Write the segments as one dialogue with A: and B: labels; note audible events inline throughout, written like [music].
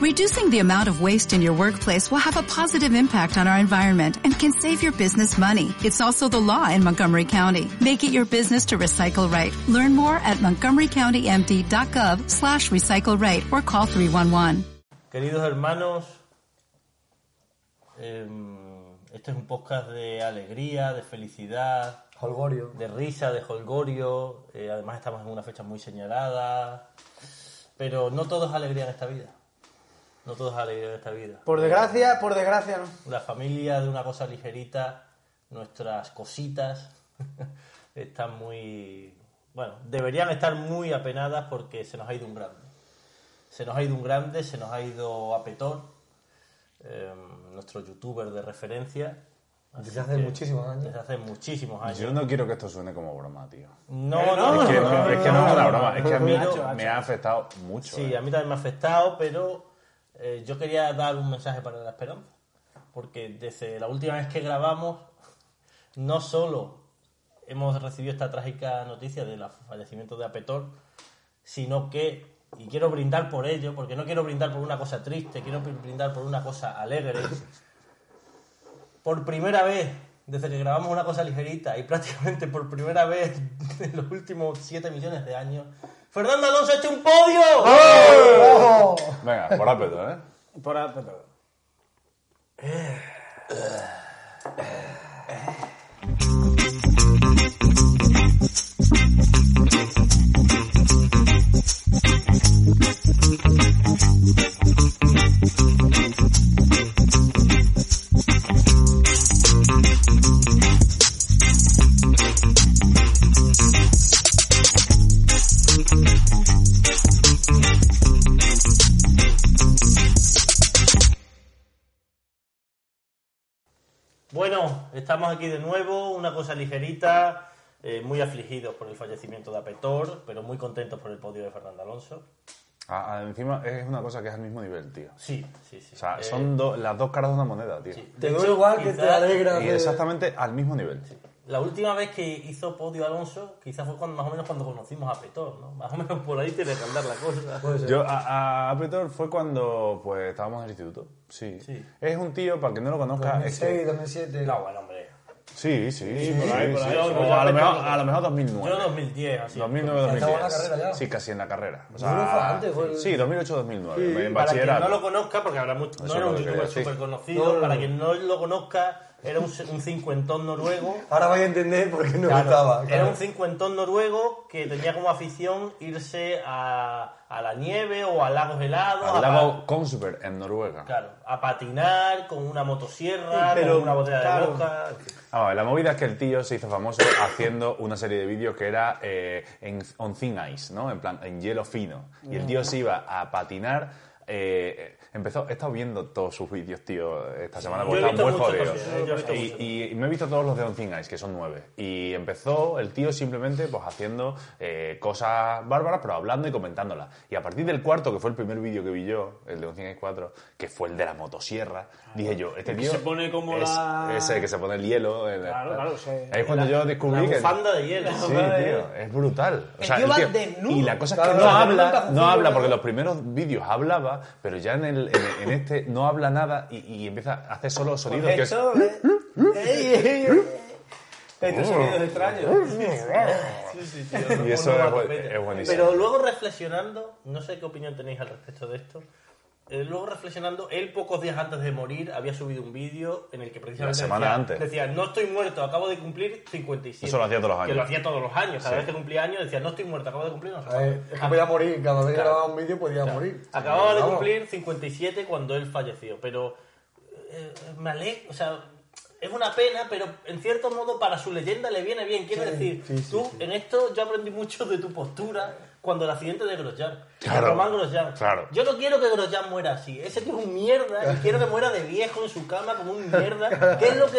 A: Reducing the amount of waste in your workplace will have a positive impact on our environment and can save your business money. It's also the law in Montgomery County. Make it your business to recycle right. Learn more at montgomerycountymd.gov slash recycle right or call 311.
B: Queridos hermanos, eh, este es un podcast de alegría, de felicidad,
C: Holgorio.
B: de risa, de holgorio. eh, además estamos en una fecha muy señalada. Pero no todo es alegría en esta vida. No todo es alegría en esta vida.
C: Por desgracia, por desgracia no.
B: La familia de una cosa ligerita, nuestras cositas, [laughs] están muy... Bueno, deberían estar muy apenadas porque se nos ha ido un grande. Se nos ha ido un grande, se nos ha ido a Petón, eh, nuestro youtuber de referencia.
C: Desde hace muchísimos años.
B: Desde hace muchísimos años.
D: Ah, Yo no quiero que esto suene como broma, tío.
B: No,
D: Es que no, es, que no es una broma, es que a mí
B: Pero-
D: me ha afectado mucho.
B: Sí,
D: eh.
B: a mí también me ha afectado, pero eh, yo quería dar un mensaje para la esperanza. Porque desde la última vez que grabamos, no solo hemos recibido esta trágica noticia del fallecimiento de Apetor, sino que, y quiero brindar por ello, porque no quiero brindar por una cosa triste, quiero brindar por una cosa alegre. Por primera vez, desde que grabamos una cosa ligerita, y prácticamente por primera vez en los últimos 7 millones de años, Fernando Alonso ha hecho un podio.
D: Venga, por apeto, ¿eh?
E: Por ahora, por todo.
B: Bueno, estamos aquí de nuevo, una cosa ligerita, eh, muy afligidos por el fallecimiento de Apetor, pero muy contentos por el podio de Fernando Alonso.
D: Ah, ah, encima es una cosa que es al mismo nivel, tío.
B: Sí, sí, sí.
D: O sea,
B: Eh,
D: son do- las dos caras de una moneda, tío.
B: sí.
C: Te
B: De
C: doy
B: hecho,
C: igual que te
B: quizás
C: alegra.
D: Y
C: de-
D: exactamente al mismo nivel.
B: La última vez que hizo podio Alonso, quizás fue cuando, más o menos cuando conocimos a Petor, ¿no? Más o menos por ahí tiene que andar la
C: [laughs]
B: cosa.
C: Puede ser.
D: Yo a, a Apetor fue cuando pues estábamos en el instituto. Sí.
B: Sí.
D: Es un tío, para que no lo conozca, es que-
C: 2006, 2007.
B: No, bueno, hombre.
D: Sí, sí, sí,
B: ahí, por
D: sí.
B: ahí.
D: O a lo mejor, a lo mejor 2009.
B: Yo 2010, así.
D: 2009,
C: Ya estaba en la
D: 2010.
C: carrera ya.
D: Sí, casi en la carrera. O
C: creo que fue
D: sea,
C: antes, fue el-
D: sí, 2008, 2009. en
B: Para quien
D: bachillerato.
B: no lo conozca, porque habrá mucho, no
D: Eso
B: era
D: es
B: un
D: lo que quería
B: youtuber
D: decir.
B: súper conocido,
C: No, no,
B: para
C: no.
B: quien no lo conozca, era un, un cincuentón noruego.
C: Ahora vais a entender por qué no
B: Claro,
C: estaba.
B: Era
C: claro.
B: un cincuentón noruego que tenía como afición irse a, a la nieve o a lagos helados. a
D: Hablaba con Super en Noruega.
B: pa- claro, a patinar con una motosierra,
E: Pero,
B: con una botella
E: claro.
B: de vodka.
D: Ah, vale, la movida es que el tío se hizo famoso haciendo una serie de vídeos que era eh, en, on thin ice, ¿no? En plan, en hielo fino. Y el tío se iba a patinar. eh, empezó, he estado viendo todos sus vídeos, tío, esta semana porque
B: yo he
D: estaba muy
B: visto muchos
D: jodido.
B: también, yo he visto
D: Y,
B: muchos.
D: y me he visto todos los de On Thin Ice, que son nueve. Y empezó el tío simplemente pues haciendo eh, cosas bárbaras, pero hablando y comentándolas. Y a partir del cuarto, que fue el primer vídeo que vi yo, el de On Thin Ice 4, que fue el de la motosierra,
B: Ah,
D: dije yo, este
E: que
D: tío...
E: se pone como
D: es-
E: la-
D: Ese que se pone el hielo. el-
E: Claro, claro, se-
D: Ahí es cuando yo descubrí
B: La
D: que...
B: bufanda de hielo.
D: Sí, tío, es brutal. O sea,
E: tío
D: el
E: va
D: tío-
E: desnudo.
D: Y la cosa es que
C: Claro,
D: no
C: claro,
D: habla,
C: nunca ha
D: no
C: funcionado.
D: habla, porque los primeros vídeos hablaba, pero ya en, el, en, en este no habla nada y, y empieza a hacer solo sonidos. que es-
E: Esto, eh. Ey, ey, ey. Estos sonidos extraños.
B: Sí, sí,
D: [laughs]
B: tío, no
D: Y eso
B: pongo
D: es bu-
B: la
D: es buenísimo.
B: Pero luego reflexionando, no sé qué opinión tenéis al respecto de esto. eh, luego reflexionando, él pocos días antes de morir había subido un vídeo en el que precisamente
D: La semana
B: decía,
D: antes.
B: decía, no estoy muerto, acabo de cumplir 57.
D: Eso lo hacía todos los
B: Que
D: años.
B: lo hacía todos los años. Cada vez que cumplía años decía, no estoy muerto, acabo de cumplir. no sé
C: A ver,
B: cuánto".
C: es que podía morir. Cada vez que grababa un vídeo podía
B: Claro.
C: morir.
B: Acababa de
C: Vamos.
B: cumplir 57 cuando él falleció, pero eh, me ale- o sea, es una pena, pero en cierto modo para su leyenda le viene bien. Quiero decir,
C: sí, sí,
B: tú
C: sí.
B: en esto yo aprendí mucho de tu postura cuando el accidente de Grosjean, de
D: Claro,
B: Román Grosjean.
D: claro.
B: Yo no quiero que Grosjean muera así. Ese tío es un mierda y quiero que muera de viejo en su cama como un mierda. ¿Qué es lo que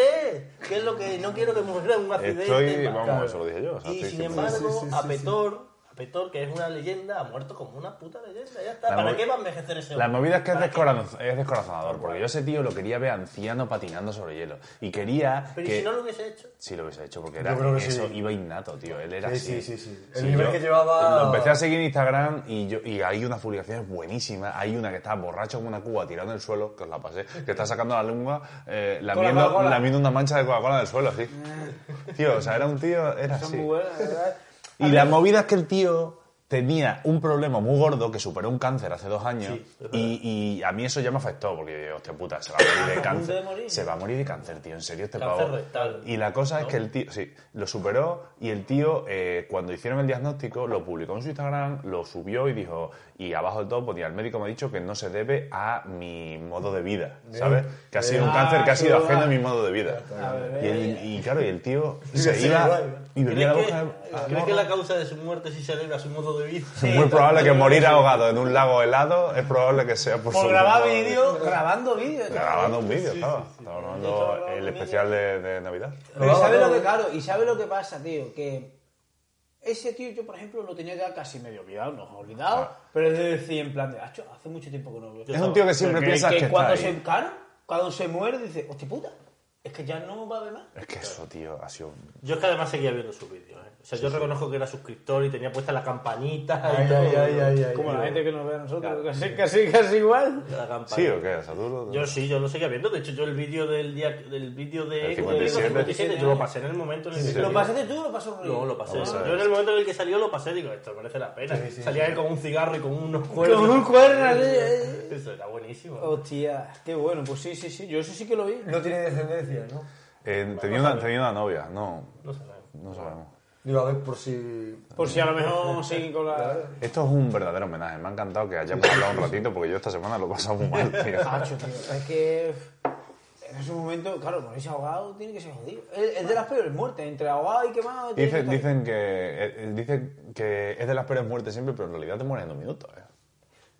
B: es? ¿Qué es lo que es? No quiero que muera en un accidente.
D: Estoy, vamos,
B: Claro.
D: eso lo dije yo. o sea,
B: Y
D: estoy
B: sin
D: siempre-
B: embargo, a Petor, a Petor inspector, que es una leyenda, ha muerto como una puta leyenda. Ya está.
D: La
B: ¿Para
D: mo-
B: qué va a envejecer ese
D: La
B: hombre?
D: movida es que es,
B: ¿Para qué?
D: descorazon- es descorazonador, porque yo a ese tío lo quería ver anciano patinando sobre hielo. Y quería
B: Pero ¿y
D: que...
B: si no lo hubiese hecho?
D: Sí, lo hubiese hecho, porque era
C: creo que
D: eso
C: sí.
D: iba innato, tío. Él era
C: Sí,
D: así.
C: sí, sí, sí. El nivel que llevaba-
D: Lo empecé a seguir en Instagram y, yo, y hay unas publicaciones buenísimas. Hay una que está borracho como una cuba tirado en el suelo, que os la pasé, que está sacando la lengua, eh, lamiendo,
E: Coca-Cola.
D: lamiendo una mancha de Coca-Cola del suelo, así.
C: Eh.
D: Tío, o sea, era un tío, era así.
E: Muy buena, ¿verdad?
D: Y la movida es que el tío tenía un problema muy gordo que superó un cáncer hace dos años y, y a mí eso ya me afectó porque, hostia puta, se va a morir
E: [coughs]
D: de
E: Está a punto
D: cáncer.
E: de morir.
D: Se va a morir de cáncer, tío, en serio este
B: Cáncer
D: pavo.
B: rectal.
D: Y la cosa es que el tío, sí, lo superó y el tío, eh, cuando hicieron el diagnóstico, lo publicó en su Instagram, lo subió y dijo, y abajo de todo ponía, el médico me ha dicho que no se debe a mi modo de vida, ¿sabes? Que ha sido un
E: Ah,
D: cáncer que ha sido
E: qué
D: ajeno a
E: guay.
D: mi modo de vida.
E: ver, eh,
D: Y, el- y claro, y el tío
E: [laughs]
C: Sigue
D: se
C: siendo
D: iba
C: igual.
D: y bebía la
B: ¿Crees
D: boca
B: que,
D: a
B: crees
D: morro.
B: que la causa de su muerte sí se eleva a su modo de vida?
D: Es muy probable que morir ahogado en un lago helado es probable que sea por, su-
E: Por grabar vídeo, grabando vídeo.
D: Grabando un vídeo, estaba. Estaba
E: Yo estaba
D: grabando
E: grabando
D: el
E: un
D: especial de, de Navidad.
E: Pero ¿sabes lo que, claro, y ¿sabes lo que pasa, tío? Que ese tío, yo por ejemplo, lo tenía ya casi medio olvidado, no olvidado, pero es decir, en plan de, "Acho, hace mucho tiempo que no lo veo".
D: Es un tío que siempre
E: Pero
D: piensas que está
E: cuando
D: ahí.
E: se encara, cuando se muere, dice, hostia puta, es que ya no va a haber más.
D: Es que eso, tío, ha sido...
B: Yo es que además seguía viendo sus vídeos. ¿eh? O sea, yo reconozco que era suscriptor y tenía puesta la campanita. y
C: Ay,
B: todo.
C: ay, ay, ay, ay.
E: Como la
C: ay.
E: gente que nos ve a nosotros, casi, casi, casi igual.
B: La campanita.
D: ¿Sí o qué? Eh, ¿Saturno?
B: Yo sí, yo lo seguía viendo. De hecho, yo el vídeo del día del vídeo de
D: El 57.
B: del 57, yo lo pasé en el momento en el que
E: ¿Lo
B: salió.
E: pasaste tú o lo pasó Rodrigo?
B: No, lo pasé.
D: Vamos a ver.
B: Yo en el momento en el que salió lo pasé, digo, esto merece la pena. Salía él con un cigarro y con unos cuernos.
E: Con un cuerno, así, eh.
B: Eso era buenísimo.
E: Hostia, qué bueno, pues sí, sí, sí, yo eso sí que lo vi.
C: No tiene descendencia, ¿no?
D: Eh, tenía, una, tenía una novia, no,
B: No sabemos.
D: no sabemos.
C: Digo, a ver por si...
E: Por si a lo mejor siguen con la...
D: Esto es un verdadero homenaje. Me ha encantado que hayamos hablado un ratito porque yo esta semana lo he pasado muy mal, tío.
E: [laughs] Cacho, tío. Es que en ese momento, claro, morirse ahogado tiene que ser jodido. Es, es de las peores muertes, entre ahogado y quemado. tiene
D: Dicen,
E: que estar-
D: dicen, que, eh, eh, dicen que es de las peores muertes siempre, pero en realidad te mueres en dos minutos. eh.
B: Mm,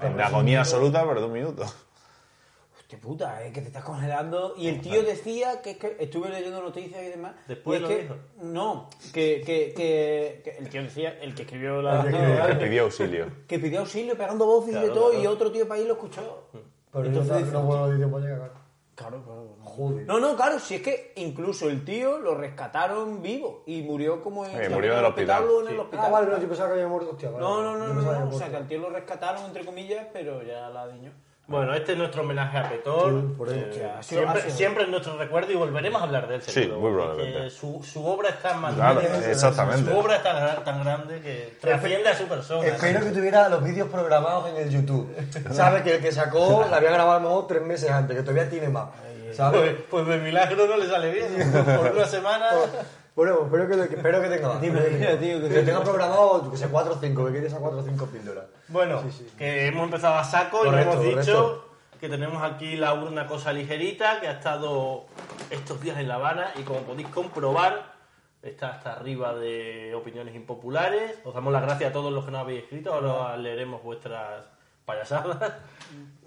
D: En la agonía absoluta, pero dos minutos.
B: [laughs]
E: Hostia puta, es que te estás congelando. Y el tío decía que, es que estuve leyendo noticias y demás.
B: Después
E: y
B: lo
E: es que,
B: dijo.
E: No, que, que, que, que el
B: [laughs]
E: tío decía, el que escribió la.
C: El que
D: Que
E: novela,
D: pidió auxilio.
E: que pidió auxilio pegando voces y de
B: Claro,
E: todo,
B: claro.
E: y otro tío para ahí lo escuchó.
C: Pero
E: Entonces
C: yo no-
E: dice,
C: no puedo decir para llegar.
E: Claro, claro. no.
C: Joder.
E: No, no, claro, si es que incluso el tío lo rescataron vivo y murió como en,
D: Eh, murió del hospital,
E: o en el
B: sí.
E: hospital.
C: Ah, vale, no, yo pensaba que había muerto. Hostia, vale. pues
E: No, no, no,
C: Yo
E: no,
C: pensaba que
E: no,
C: había
E: O sea, que
C: muerto.
E: al tío lo rescataron, entre comillas, pero ya la diñó.
B: Bueno, este es nuestro homenaje a Petor.
C: Sí, por ello.
E: Hostia, ha sido- ha
B: Siempre,
E: sido-
B: siempre en nuestro recuerdo y volveremos a hablar de él.
D: Sí,
B: seguro,
D: muy
B: porque
D: probablemente.
B: Su, su obra es tan
D: Claro,
B: magnífica.
D: exactamente.
B: Su obra es tan, gra- tan grande que trasciende a su persona.
C: Espero que tuviera los vídeos programados en
B: [laughs]
C: el YouTube. ¿Sabes? Que el que sacó la había grabado a lo mejor tres meses antes, que todavía tiene más.
B: Pues,
C: ¿Sabes?
B: pues de milagro no le sale bien. Por una
C: [laughs]
B: semana.
C: Bueno, espero que, que- espero que tenga más.
E: Dime,
C: Espero
E: tío, tío, que
C: que,
E: te-
C: tenga programado, yo que sé, cuatro o cinco, que quede esas cuatro o cinco píldoras.
B: Bueno, que hemos empezado a saco
C: Correcto,
B: y hemos dicho
C: correcto.
B: que tenemos aquí la una cosa ligerita que ha estado estos días en La Habana y como podéis comprobar está hasta arriba de opiniones impopulares. Os damos las gracias a todos los que nos habéis escrito. Ahora leeremos vuestras payasadas.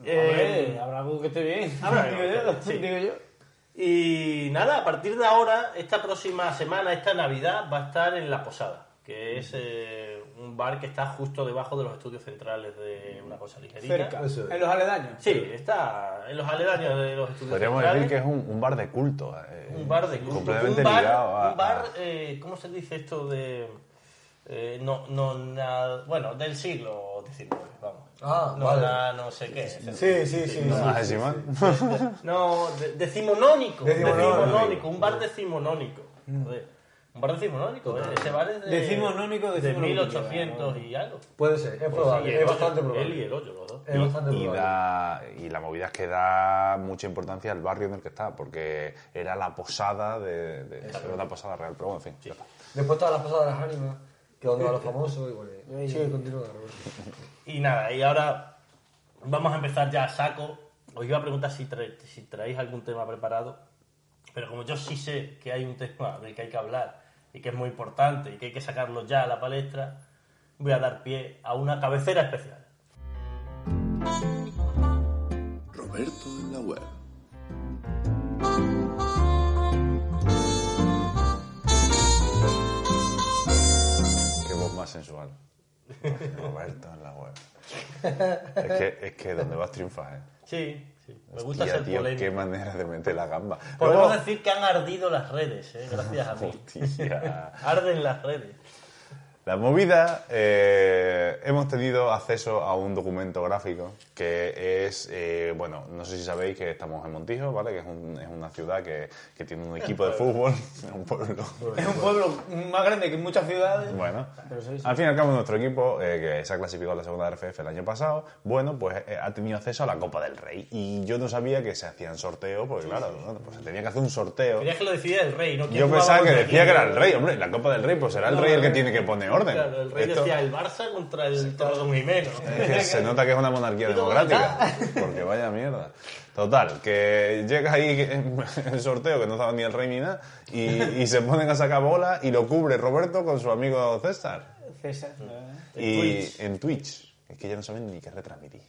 B: Eh,
E: Hombre, habrá algo que esté bien.
B: [laughs] habrá
E: [laughs] digo,
B: algo que
E: yo,
B: esté bien, sí.
E: digo yo.
B: Y nada, a partir de ahora, esta próxima semana, esta Navidad, va a estar en La Posada, que es eh, un bar que está justo debajo de los estudios centrales de una cosa ligerita.
E: Cerca,
C: Eso es.
E: en los aledaños.
B: Sí, está en los aledaños de los estudios
D: Podríamos
B: centrales.
D: decir que es un, un bar de culto. eh,
B: un bar de culto.
D: Completamente
B: un bar,
D: ligado a...
B: un bar
D: a-
B: eh, ¿cómo se dice esto de...? eh, no, no, na- bueno, del siglo XIX, vamos.
C: Ah,
B: no,
C: vale.
B: na- no sé qué.
C: Sí, sí,
B: eh,
C: sí.
D: a
C: sí.
D: Simón.
B: No, de- decimonónico.
C: Decimonónico.
B: Decimonónico, un bar decimonónico. Joder, Un bar decimonónico, ¿eh? Ese bar es de,
E: Decimonónico,
B: de
E: decimonónico.
B: 1800 y algo.
C: Puede ser, es
B: Pues sí,
C: probable,
B: el
C: es
B: hoyo,
C: bastante
B: Él y
C: probable.
B: el hoyo, los dos.
C: Es bastante
D: Y,
C: probable.
D: da- y la movida es que da mucha importancia al barrio en el que está, porque era la posada de... de era una posada real, pero bueno, en fin. ya está.
C: Después todas las cosas de las ánimas, que donde van los famosos, igual.
E: Ay.
C: es. Sí, continúa. Roberto.
B: Y nada, y ahora vamos a empezar ya a saco. Os iba a preguntar si, tra- si traéis algún tema preparado, pero como yo sí sé que hay un tema del que hay que hablar y que es muy importante y que hay que sacarlo ya a la palestra, voy a dar pie a una cabecera especial.
F: Roberto en la web.
D: Qué voz más más sensual. Roberto en la web. Es que, es que donde vas triunfas, ¿eh?
B: Sí, sí. Me gusta
D: Hostia,
B: ser
D: tío,
B: polémico.
D: qué manera de meter la gamba.
B: Podemos
D: Luego-
B: decir que han ardido las redes, eh, gracias a mí.
D: Hostia.
B: [laughs] Arden las redes.
D: La movida, eh, hemos tenido acceso a un documento gráfico que es, eh, bueno, no sé si sabéis que estamos en Montijo, ¿vale? Que es, un- es una ciudad que, que tiene un
B: [laughs]
D: equipo de fútbol, [laughs] un pueblo.
E: Es un pueblo más grande que muchas ciudades.
D: Bueno,
E: Pero sí, sí.
D: al fin y al cabo nuestro equipo, eh, que se ha clasificado a la segunda RFF el año pasado, bueno, pues eh, ha tenido acceso a la Copa del Rey. Y yo no sabía que se hacían sorteos, porque claro, bueno, pues se tenía que hacer un sorteo.
B: Querías que lo decidiera el rey, ¿no? ¿Quién
D: Yo
B: jugaba
D: pensaba que
B: contra
D: decía que
B: quién?
D: era el rey, hombre, la Copa del Rey, pues será el
B: No,
D: rey el que
B: no,
D: tiene que poner orden.
B: Claro, el rey
D: Esto-
B: decía el Barça contra el Toro Don Jimeno.
D: Es que se nota que es una monarquía democrática. Porque vaya mierda. Total, que llega ahí en el sorteo, que no estaba ni el rey ni nada, y, y se ponen a sacar bola y lo cubre Roberto con su amigo César.
E: César.
D: Y
B: Twitch.
D: en Twitch. Es que ya no saben ni qué retransmitir.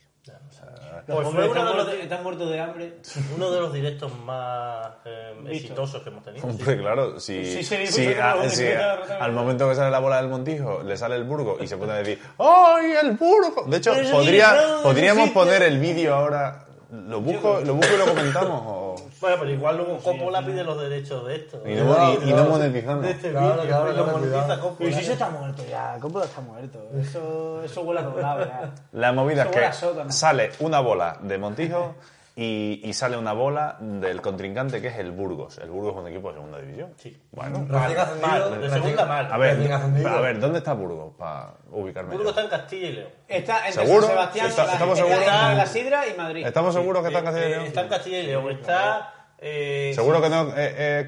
B: Pues fue uno de, los, di-
E: Están muertos de hambre.
B: uno de los directos más eh, exitosos que hemos tenido. sí.
D: [laughs] Hombre, claro, si,
E: Sí, se dice
D: si
E: que
D: a-
E: no,
D: si
E: que
D: a-
E: no, no, no.
D: al momento que sale la bola del Montijo le sale el Burgo y se pone a decir ¡Ay, el Burgo! De hecho,
E: Pero
D: podría,
E: sí, no,
D: podríamos
E: existe.
D: poner el vídeo ahora. ¿Lo busco, ¿Lo busco y lo comentamos? o-
B: Bueno, pero igual luego Coppola pide los derechos de esto.
D: Y
B: De
D: no, y- y no
C: Cuidado,
D: monetizamos.
B: este
C: Claro,
B: vídeo,
C: claro,
B: y
C: claro,
B: lo monetiza
C: cuidado.
E: Pero
B: Coppola.
E: si Pues eso está muerto ya. ¿Cómo está muerto? Eso, eso huele a doblado ya.
D: La movida
E: Eso huele a
D: es que
E: sótano.
D: sale una bola de Montijo y, y sale una bola del contrincante que es el Burgos. El Burgos es un equipo de segunda división.
B: Sí.
D: Bueno,
C: Recién
D: vale.
C: ascendido,
B: Mal, de
C: recién-
B: segunda mal.
D: A ver,
C: Recién ascendido.
D: a ver, ¿dónde está Burgos para ubicarme?
B: Burgos
D: yo?
B: está en Castilla y León.
E: Está entre
D: ¿Seguro?
E: San Sebastián,
D: Está-
E: la,
D: estamos
E: está
D: seguros.
E: entre La Sidra y Madrid.
D: ¿Estamos seguros que está en
B: Eh,
D: Castilla y
B: eh,
D: León?
B: Está en Castilla y León. Está... eh,
D: ¿Seguro que no es, es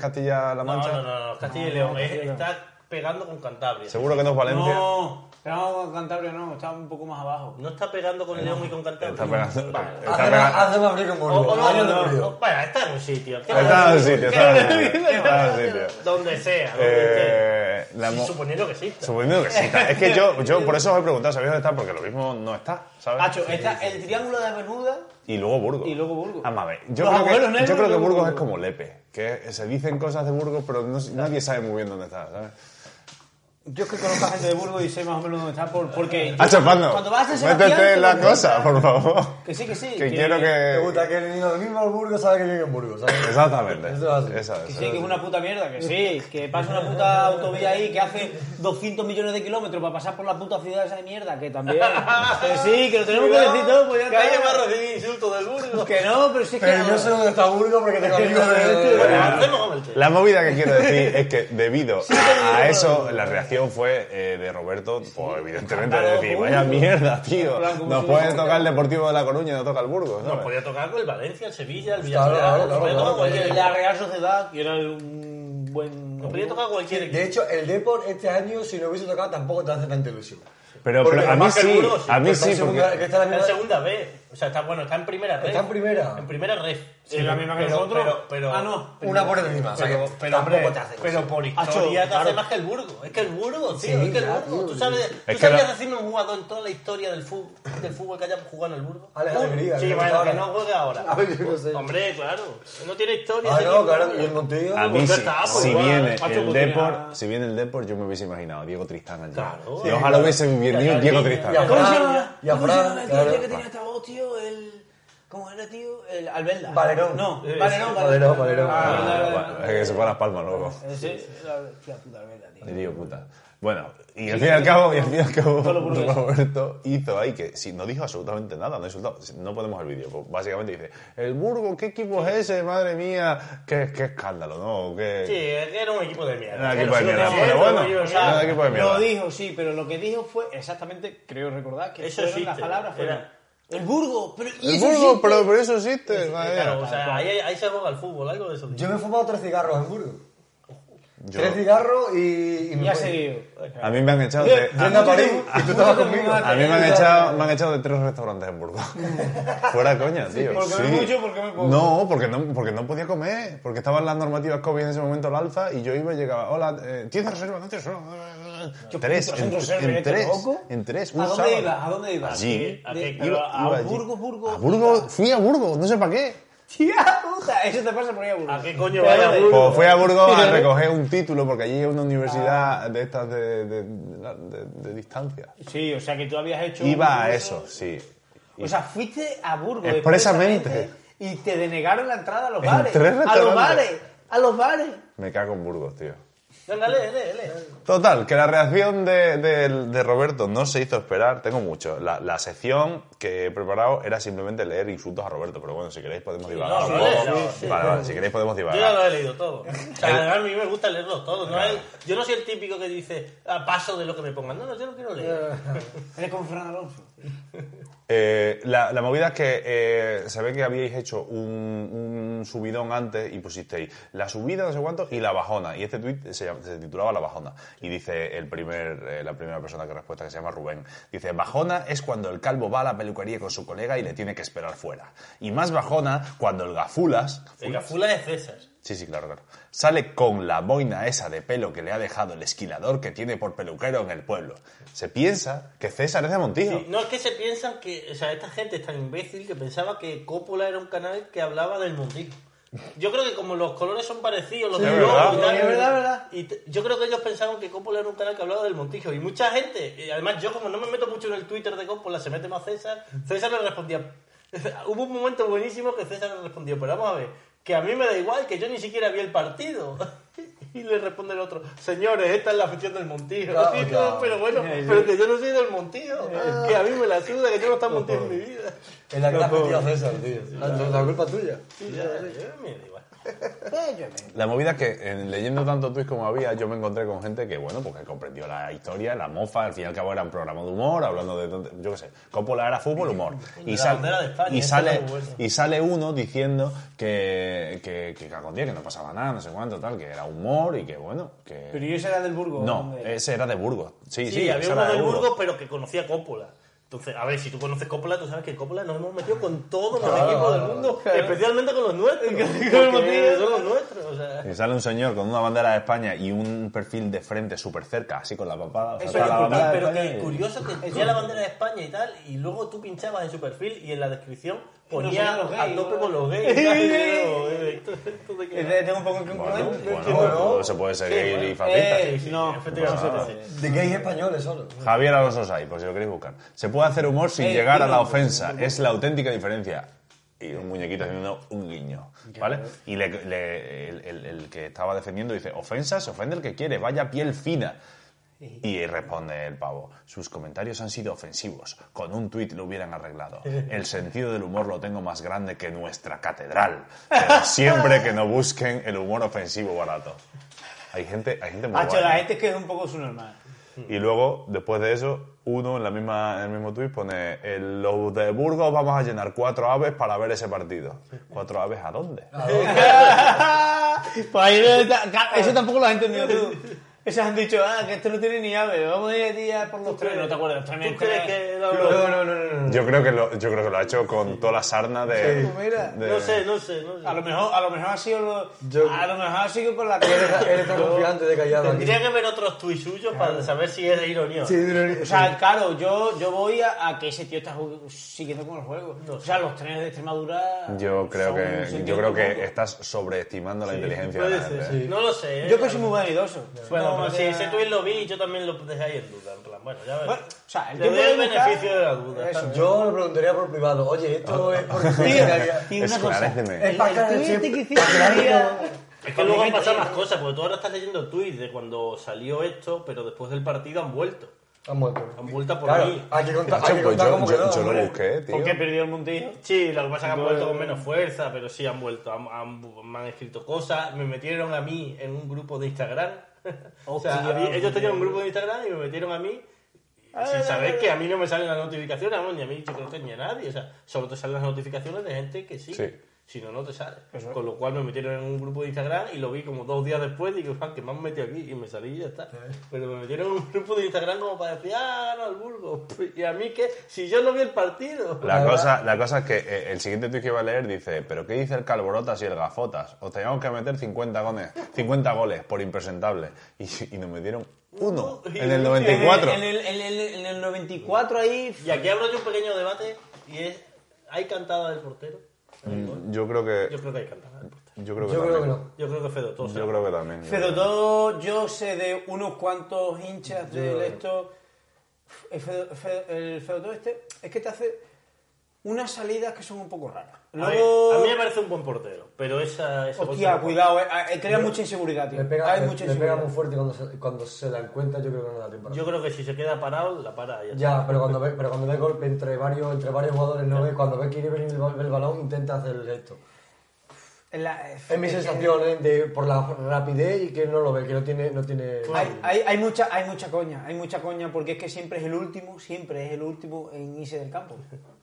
B: No,
D: Castilla-La Mancha?
B: no, no, no, Castilla y León. es- Está pegando con Cantabria.
D: ¿Seguro que no es Valencia?
E: No, estamos en Cantabria, no, está un poco más abajo.
B: No está pegando con León y con Cantabria.
D: Eh, Está pegando.
B: Vale. Ah,
D: Está
C: Hace más-
D: pegando.
C: hace más frío que en
B: O- o
C: Burgos.
B: Oh, no,
C: Años
B: no,
C: de
B: no,
C: frío.
B: Bueno, está en un sitio.
D: Está en un sitio, está en un sitio.
B: ¿Qué
D: Está en un
B: hace?
D: sitio.
B: Donde sea. donde
D: Eh, la
B: esté.
D: mo-
B: Suponiendo que exista. [laughs]
D: Suponiendo que sí. está. Es que yo, yo por eso os he preguntado, ¿sabéis dónde está? Porque lo mismo no está, ¿sabes?
E: Hacho, está el triángulo de Bermuda.
D: Y luego Burgos.
E: Y luego Burgos.
D: Ah, mames. Yo, creo
E: Los
D: que,
E: abuelos negros
D: yo creo que
E: y luego
D: Burgos es
E: Burgos.
D: como Lepe. Que se dicen cosas de Burgos, pero no- nadie sabe muy bien dónde está, ¿sabes?
E: Yo es que conozco a gente de Burgos y sé más o menos dónde está, por- porque...
D: Ah, chapando.
E: Cuando vas a San Sebastián...
D: Métete
E: te
D: en la
E: lo encuentras.
D: cosa, por favor.
E: Que sí, que sí.
D: Que quiero
C: Me
D: que.
C: gusta que el niño del mismo Burgo sabe que vive en Burgos,
D: [laughs]
C: ¿sabes?
D: Exactamente.
C: Eso es así.
D: Esa
E: Que
D: es.
E: sí, que es una puta mierda, que sí, que pasa una puta autovía ahí que hace 200 millones de kilómetros para pasar por la puta ciudad esa de mierda, que también. Que sí, que lo tenemos que decir todo, pues ya
B: Que alguien va
E: está.
B: a recibir insultos del Burgos.
E: Que no, pero sí que.
C: Pero yo sé dónde está Burgo porque tengo amigos de...
B: Bueno, hacemos con el té.
D: La movida que quiero decir es que debido a, a eso, la reacción fue eh, de Roberto, pues evidentemente, de decir, vaya mierda, tío,
E: plan, como
D: nos
E: si
D: puede
E: no-
D: tocar el Deportivo de La Coruña y no toca el Burgos,
B: Nos
D: ¿sabes?
B: podía tocar con el Valencia, el Sevilla, el
C: Claro,
B: Villarreal.
C: claro,
B: nos podía
C: claro,
B: tocar
C: claro.
B: cualquier-
E: La Real Sociedad, que era un buen.
B: Nos podía tocar cualquier
C: De
B: equipo.
C: hecho, el Depor este año, si no hubiese tocado, tampoco te hace tanta ilusión.
D: Pero,
C: Porque
D: pero a mí
B: más que el
D: sí,
B: Burgos, sí,
D: a mí
C: Está en
D: sí, porque...
C: segunda- que está en
B: Está
C: la
B: en
C: misma-
B: segunda vez. O sea, está bueno, está en primera red.
C: Está en primera.
B: En primera red.
E: Sí, la misma que
B: Pero-
E: nosotros.
B: Pero, pero,
E: Ah, no.
C: Una por encima. o sea,
B: Pero,
C: que
B: pero,
C: tampoco
B: hombre,
C: te hace ilusión.
B: pero por
E: Hacho,
B: historia te hace
E: claro.
B: más que el Burgo. Es que el Burgo, tío.
C: Ah, Sí,
B: es que el
C: claro,
B: Burgo.
C: tío.
B: Tú sabes, tú
D: que
B: sabrías
D: la-
B: decirme un jugador en toda la historia del fútbol, del fútbol que haya jugado en el Burgo.
C: Ale, Ah, alegría,
B: Sí,
C: que
B: bueno,
C: ahora.
B: que no juegue ahora.
C: Ah, yo no
E: [laughs]
C: sé.
B: Hombre, claro. No tiene historia.
C: Ah,
B: ese
C: no,
B: equipo.
C: claro, y el Montillo...
D: A mí
B: Pues ya
D: sí,
B: está, pues
D: si
B: igual,
D: viene
E: ha hecho
D: el
E: oportunidad.
D: Deport, si viene el Deport yo me hubiese imaginado Diego Tristán allí.
B: Claro.
D: Sí, ojalá hubiese venido Diego Tristán.
C: Y a
E: ¿Cómo se
C: Fran,
E: llama?
C: y a
E: ¿Cómo se
C: Fran,
E: llama el tío
C: claro.
E: que tenía esta voz, tío? El. ¿Cómo era, tío? El Albelda.
C: Valerón.
E: No,
C: Eh,
E: Valerón,
C: Valerón, Valerón.
E: Ah,
D: Ah,
E: vale,
D: bueno,
E: vale.
D: es que se fue a las palmas luego.
E: Ese, la- la puta Albelda, tío.
D: Dirío puta. Bueno, y al fin y al cabo, y al fin y al cabo [laughs]
E: Solo por eso.
D: Roberto hizo ahí que si no dijo absolutamente nada, no insultó, no ponemos el vídeo. pues, Básicamente dice, el Burgo, ¿qué equipo es ese? Madre mía, qué, qué escándalo, ¿no? ¿Qué,
B: Sí, es que era un equipo de mierda.
D: Era un
B: Que
D: equipo de
B: nosotros
D: mierda,
B: decíamos,
D: pero
B: "Esto
D: bueno,
B: no lleva
D: era un
B: nada".
D: equipo de mierda.
E: Lo dijo, sí, pero lo que dijo fue exactamente, creo recordar, que
B: Eso
E: fueron
B: existe.
E: las palabras fueron,
B: Era-
E: El Burgo, pero. ¿y
D: El
E: eso
D: Burgo,
E: existe?
D: pero, pero eso existe, madre mía".
B: Claro, o sea, ahí, ahí se juega el fútbol, algo de eso.
C: Yo me he fumado tres cigarros en Burgo.
D: Yo-
C: Tres cigarros y...
E: Y ha seguido. [laughs]
D: A mí me han echado
E: Yo-
D: de...
C: Yo andaba a París y tú
E: Ah,
C: estabas conmigo.
D: A mí me han, echado, me han echado de tres restaurantes en
E: [laughs]
D: Burgos. Fuera coña, tío.
E: porque
D: sí.
E: me mucho, porque me poco.
D: No, porque no, porque no podía comer. Porque estaban las normativas COVID en ese momento al alza y yo iba y llegaba, hola, eh, ¿tienes reserva? No tienes reserva. Tres,
E: puto,
D: en,
E: sin reserva,
D: en
E: ¿eh?
D: tres,
E: ¿Loco?
D: en tres, un
E: ¿A dónde
D: sábado.
E: ibas? ¿A dónde ibas?
D: Allí.
E: De-
B: ¿A qué?
E: pero
B: Iba-
E: a
D: Iba allí.
E: Burgos, Burgos.
D: A Burgos, fui a Burgos, no sé para qué.
E: ¡Hostia puta! Eso te pasa por ahí a Burgos.
B: ¿A qué coño
E: Te
B: vaya
E: vas de-
B: Burgos?
D: Pues fui a Burgos a
E: [laughs] Fíjate.
D: recoger un título porque allí es una universidad
E: Ah.
D: de estas de, de- de- de distancia.
E: Sí, o sea que tú habías hecho.
D: Iba a
E: un-
D: eso, sí.
E: O sea, fuiste a Burgos.
D: Expresamente.
E: expresamente, Y te denegaron la entrada a los
D: En
E: bares.
D: tres
E: a los
D: restaurantes.
E: bares. A los bares.
D: Me cago en Burgos, tío.
B: Venga, lee, lee, lee.
D: Total, que la reacción de, de- de Roberto no se hizo esperar, tengo mucho. La, la sección que he preparado era simplemente leer insultos a Roberto, pero bueno, si queréis podemos divagar
B: no,
D: un
B: lo
D: poco.
B: lees, no, sí.
D: vale, vale, si queréis podemos
B: Yo ya
D: divagar.
B: lo he leído
C: [laughs]
B: todo. O sea, además a mí me gusta leerlos todos. No hay- yo no soy el típico que dice, a paso de lo que me pongan. No, no, yo lo quiero leer.
E: Eres como Fernando Alonso.
D: Eh, la, la movida es que eh, se ve que habíais hecho un, un subidón antes y pusisteis la subida, no sé cuánto, y la bajona. Y este tuit se, llam- se titulaba La bajona. Y dice el primer, eh, la primera persona que respuesta, que se llama Rubén, dice, bajona es cuando el calvo va a la peluquería con su colega y le tiene que esperar fuera. Y más bajona cuando el gafulas... eh,
B: El Gafula es César.
D: Sí, sí, claro, claro. Sale con la boina esa de pelo que le ha dejado el esquilador que tiene por peluquero en el pueblo. Se piensa que César es de Montijo.
B: Sí, no, es que se piensan que, o sea, esta gente es tan imbécil que pensaba que Coppola era un canal que hablaba del mundismo. Yo creo que como los colores son parecidos, los
D: Sí,
B: del
D: es verdad.
B: logo y tal,
E: Es verdad, es verdad.
B: y t- yo creo que ellos pensaron que Coppola era un canal que hablaba del Montijo. Y mucha gente, eh, además yo como no me meto mucho en el Twitter de Coppola, se mete más César, César le respondía... [laughs] Hubo un momento buenísimo que César le respondió, pero vamos a ver, que a mí me da igual, que yo ni siquiera vi el partido. [laughs] Y le responde el otro, señores, esta es la afición del Montijo.
C: Claro,
B: Sí, no,
C: claro.
B: Pero bueno, pero que yo no soy del Montijo, [laughs] que a mí me la suda, que yo no estaba en Montijo en mi vida.
C: En la que te has metido César,
E: Ah,
C: tío. La, la culpa es tuya.
B: Sí, [laughs] ya, ya, me da igual.
E: Eh, yo me-
D: La movida es que eh, leyendo tanto tweets como había, yo me encontré con gente que, bueno, pues que comprendió la historia, la mofa, al fin y al cabo era un programa de humor, hablando de, tonte- yo qué sé, Coppola era fútbol,
B: [laughs]
D: humor. Y,
B: La
D: sal-
B: bandera de España,
D: y
B: eso
D: sale,
B: era bueno.
D: y sale uno diciendo que, que, que cagón día, que no pasaba nada, no sé cuánto, tal, que era humor y que, bueno,
E: Pero
D: que...
E: yo era del Burgos.
D: No,
E: hombre.
D: ese era de Burgos. Sí,
B: Sí,
D: sí, ese
B: había
D: era
B: uno
D: de
B: del Burgos, pero que conocía Coppola. Entonces, a ver, si tú conoces Coppola, tú sabes que Coppola nos hemos metido con todos los equipos del mundo, especialmente [laughs] con los nuestros. porque son los nuestros, o sea.
D: Y sale un señor con una bandera de España y un perfil de frente súper cerca, así con la papada. o sea,
E: Eso
D: toda
E: es
D: la
E: brutal,
D: bandera de
B: pero
D: España
B: que
D: y-
B: curioso que tenía la bandera de España y tal, y luego tú pinchabas en su perfil y en la descripción ponía
E: Nosotros los gays,
B: a tope
E: ¿no?
B: con [laughs] los gays. y tal, y yo, eh, esto- esto de que-
E: Eh, Tengo un poco que
D: Bueno,
E: incongruente.
D: bueno, se puede ser gay y fascista.
E: Eh, no.
B: Efectivamente,
D: Bueno,
B: sí, sí.
C: De gays españoles solo.
D: Javier Alonso Sai, por si lo queréis buscar. Se puede hacer humor sin
E: Eh,
D: llegar a la
E: dilo,
D: ofensa. Es la auténtica diferencia. Y un muñequito haciendo un guiño, ¿vale? Y le- le- el, el- el que estaba defendiendo dice, ofensa, se ofende el que quiere, vaya piel fina. Y responde el pavo, sus comentarios han sido ofensivos, con un tuit lo hubieran arreglado. El sentido del humor lo tengo más grande que nuestra catedral, pero siempre que no busquen el humor ofensivo barato. Hay gente, hay gente muy
E: Hacho,
D: guay,
E: la
D: ¿eh?
E: gente es que es un poco su normal.
D: Y luego, después de eso, uno en, la misma, en el mismo tuit pone, "En los de Burgos vamos a llenar cuatro aves para ver ese partido. ¿Cuatro aves a dónde?
E: Pues ahí no está- ca- Eso tampoco lo has entendido tú. Esas han dicho, ah, que esto no tiene ni ave, vamos a ir a ti a por los trenes. No te acuerdas, los trenes. este.
B: ¿Tú crees que era
C: No, no, no, no. no.
D: Yo creo que lo, yo creo que lo ha hecho con toda la sarna de...
C: Pues
E: Sí, mira.
D: de-
B: No sé, no sé, no sé.
E: A lo mejor, a lo mejor ha sido lo-
C: Yo-
E: a lo mejor ha sido con la
C: Él está,
E: [laughs]
C: él está confiante de callado aquí.
B: Tendría que ver otros tuits suyos para saber si es de ironía.
C: Sí,
E: O sea, claro, yo, yo voy a, a que ese tío está jug- siguiendo con el juego. O sea, los trenes de Extremadura.
D: Yo creo
E: son
D: que, yo
E: sentido
D: creo que
E: común.
D: estás sobreestimando la inteligencia de
B: Puede
D: la
B: ser,
D: gente. ¿eh?
B: sí. No lo sé. ¿eh?
E: Yo que soy muy vanidoso.
B: Bueno,
E: No,
B: pero
E: me
B: si
E: queda-
B: ese tuit lo vi y yo también lo dejé ahí en duda. En plan, bueno, ya veré.
E: Bueno, o sea, el
B: Le doy
E: tiempo
B: el
E: de buscar-
B: beneficio de la duda.
E: Eso,
B: ¿sabes?
C: Yo le preguntaría por privado. Oye,
B: Ah,
C: esto
E: [laughs]
C: es porque
E: Tío,
C: se calla.
E: tío, una cosa.
D: Esclaréceme.
E: El-
C: para
E: el
C: que-
E: tuit este que
C: para que
E: hiciste
C: nadie
E: ahora-
B: Es que luego han pasado más cosas, porque tú ahora estás leyendo tuits de cuando salió esto, pero después del partido han vuelto.
C: Han muerto.
B: Han vuelto por
C: Claro,
B: mí.
C: hay que contar, hay
D: Macho,
C: que
D: pues
C: contar
D: yo,
C: cómo
D: yo-
C: quedó,
D: yo lo
C: hombre.
D: busqué, tío.
E: ¿Por qué perdió el Montijo?
B: Sí, lo que pasa es que han vuelto con menos fuerza, pero sí han vuelto, han- han- me han escrito cosas, me metieron a mí en un grupo de Instagram. [laughs] o sea,
E: Hostia,
B: había- ellos tenían un grupo de Instagram y me metieron a mí sin saber que a mí no me salen las notificaciones, vamos, ni a mí, yo creo que ni a nadie. O sea, solo te salen las notificaciones de gente que sí.
D: Sí.
B: Si no, no te sale. Con lo cual me metieron en un grupo de Instagram y lo vi como dos días después y digo, "Fan, que me han metido aquí y me salí y ya está. Pero me metieron en un grupo de Instagram como para decir, ah, no, al Burgos. [laughs] Y a mí que, si yo no vi el partido.
D: La cosa, la cosa es que eh, el siguiente tuit que iba a leer dice, pero ¿qué dice el Calborotas y el Gafotas? Os teníamos que meter 50 goles, 50 goles por impresentable. Y, y nos metieron uno en el 94.
E: En el, en el- en el 94 ahí.
B: Y aquí abro yo un pequeño debate y es, ¿hay cantada del portero?
D: Mm, Yo creo que.
B: Yo creo que hay cantar.
D: Yo creo que
C: Yo creo que
D: también.
C: no.
B: Yo creo que Fedotó.
D: Yo creo que también. yo creo que-
E: Fedotó, yo sé de unos cuantos hinchas de esto. El, Fedo- Fe- el Fedotó este es que te hace unas salidas que son un poco raras.
B: A, ver,
E: Luego-
B: a mí me parece un buen portero, pero esa. esa
E: Hostia,
B: bolsa-
E: cuidado, eh, eh, crea mucha inseguridad, tío.
C: Le pega,
E: Hay
C: le-
E: mucha
C: le pega
E: inseguridad.
C: muy fuerte y cuando se, cuando se la encuentra, yo creo que no da tiempo. a la-
B: Yo creo que si se queda parado, la para. Ya.
C: Ya, pero cuando ve, pero cuando ve el golpe entre varios, entre varios jugadores, no ve, cuando ve que quiere venir el, ba- el balón, intenta hacer esto.
E: La-
C: Es mi sensación ¿eh? de, por la rapidez y que no lo ve, que no tiene, no tiene.
E: Hay, hay, hay mucha, hay mucha coña, hay mucha coña porque es que siempre es el último, siempre es el último en irse del campo.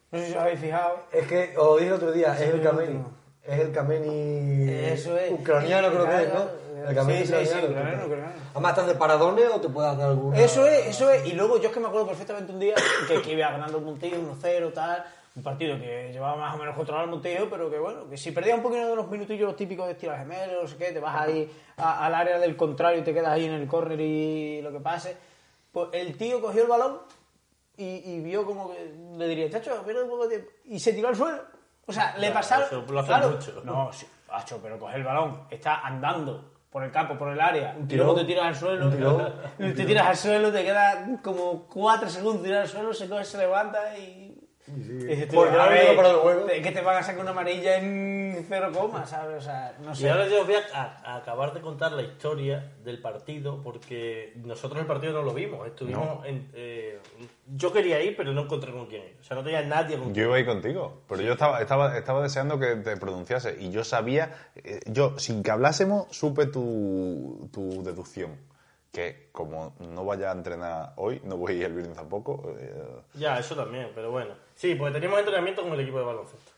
E: No sé si os habéis fijado.
C: Es que, os lo dije el otro día, es el
E: el
C: Kameni.
E: último.
C: Es el Kameni.
E: Eso es.
C: Ucraniano, creo que es,
E: Claro,
C: ¿no? El
E: sí,
C: Kameni
E: sí, sí,
C: ucraniano.
E: ucraniano, ucraniano.
C: Además, te hace paradones o te puede hacer algún.
E: Eso es, eso es. Y luego yo es que me acuerdo perfectamente un día que, que iba ganando el Montillo 1-0, tal. Un partido que llevaba más o menos controlado el Montillo, pero que bueno, que si perdías un poquito de unos minutillos los típicos de estilos gemelos, no sé qué, te vas ahí a- al área del contrario y te quedas ahí en el córner y lo que pase. Pues el tío cogió el balón y, y vio como que le diría, chacho, pierde un poco de tiempo. Y se tiró al suelo. O sea, le
B: Ya,
E: pasaron.
B: eso lo hacen mucho.
E: No, sí, macho, pero coge el balón, está andando por el campo, por el área, y
C: tirón.
E: luego te tiras al suelo,
C: Un tirón.
E: te tiras al suelo, te queda como cuatro segundos tirar al suelo, se coge, se levanta y... y dices tú,
C: Porque
E: a
C: ahora
E: ver,
C: vengo para el juego.
E: Es que te van a sacar una amarilla en cero coma, ¿sabes? O sea, no
B: Y
E: sé.
B: ahora yo os voy a, a- a acabar de contar la historia del partido, porque nosotros el partido no lo vimos. Estuvimos en, eh, yo quería ir, pero no encontré con quién ir. O sea, no tenía nadie con
D: Yo iba ahí contigo, pero yo estaba, estaba, estaba deseando que te pronunciase y yo sabía, eh, yo sin que hablásemos supe tu, tu deducción, que como no vaya a entrenar hoy, no voy a ir el viernes tampoco, eh,
B: Ya, eso también, pero bueno. Sí, porque teníamos entrenamiento con el equipo de baloncesto.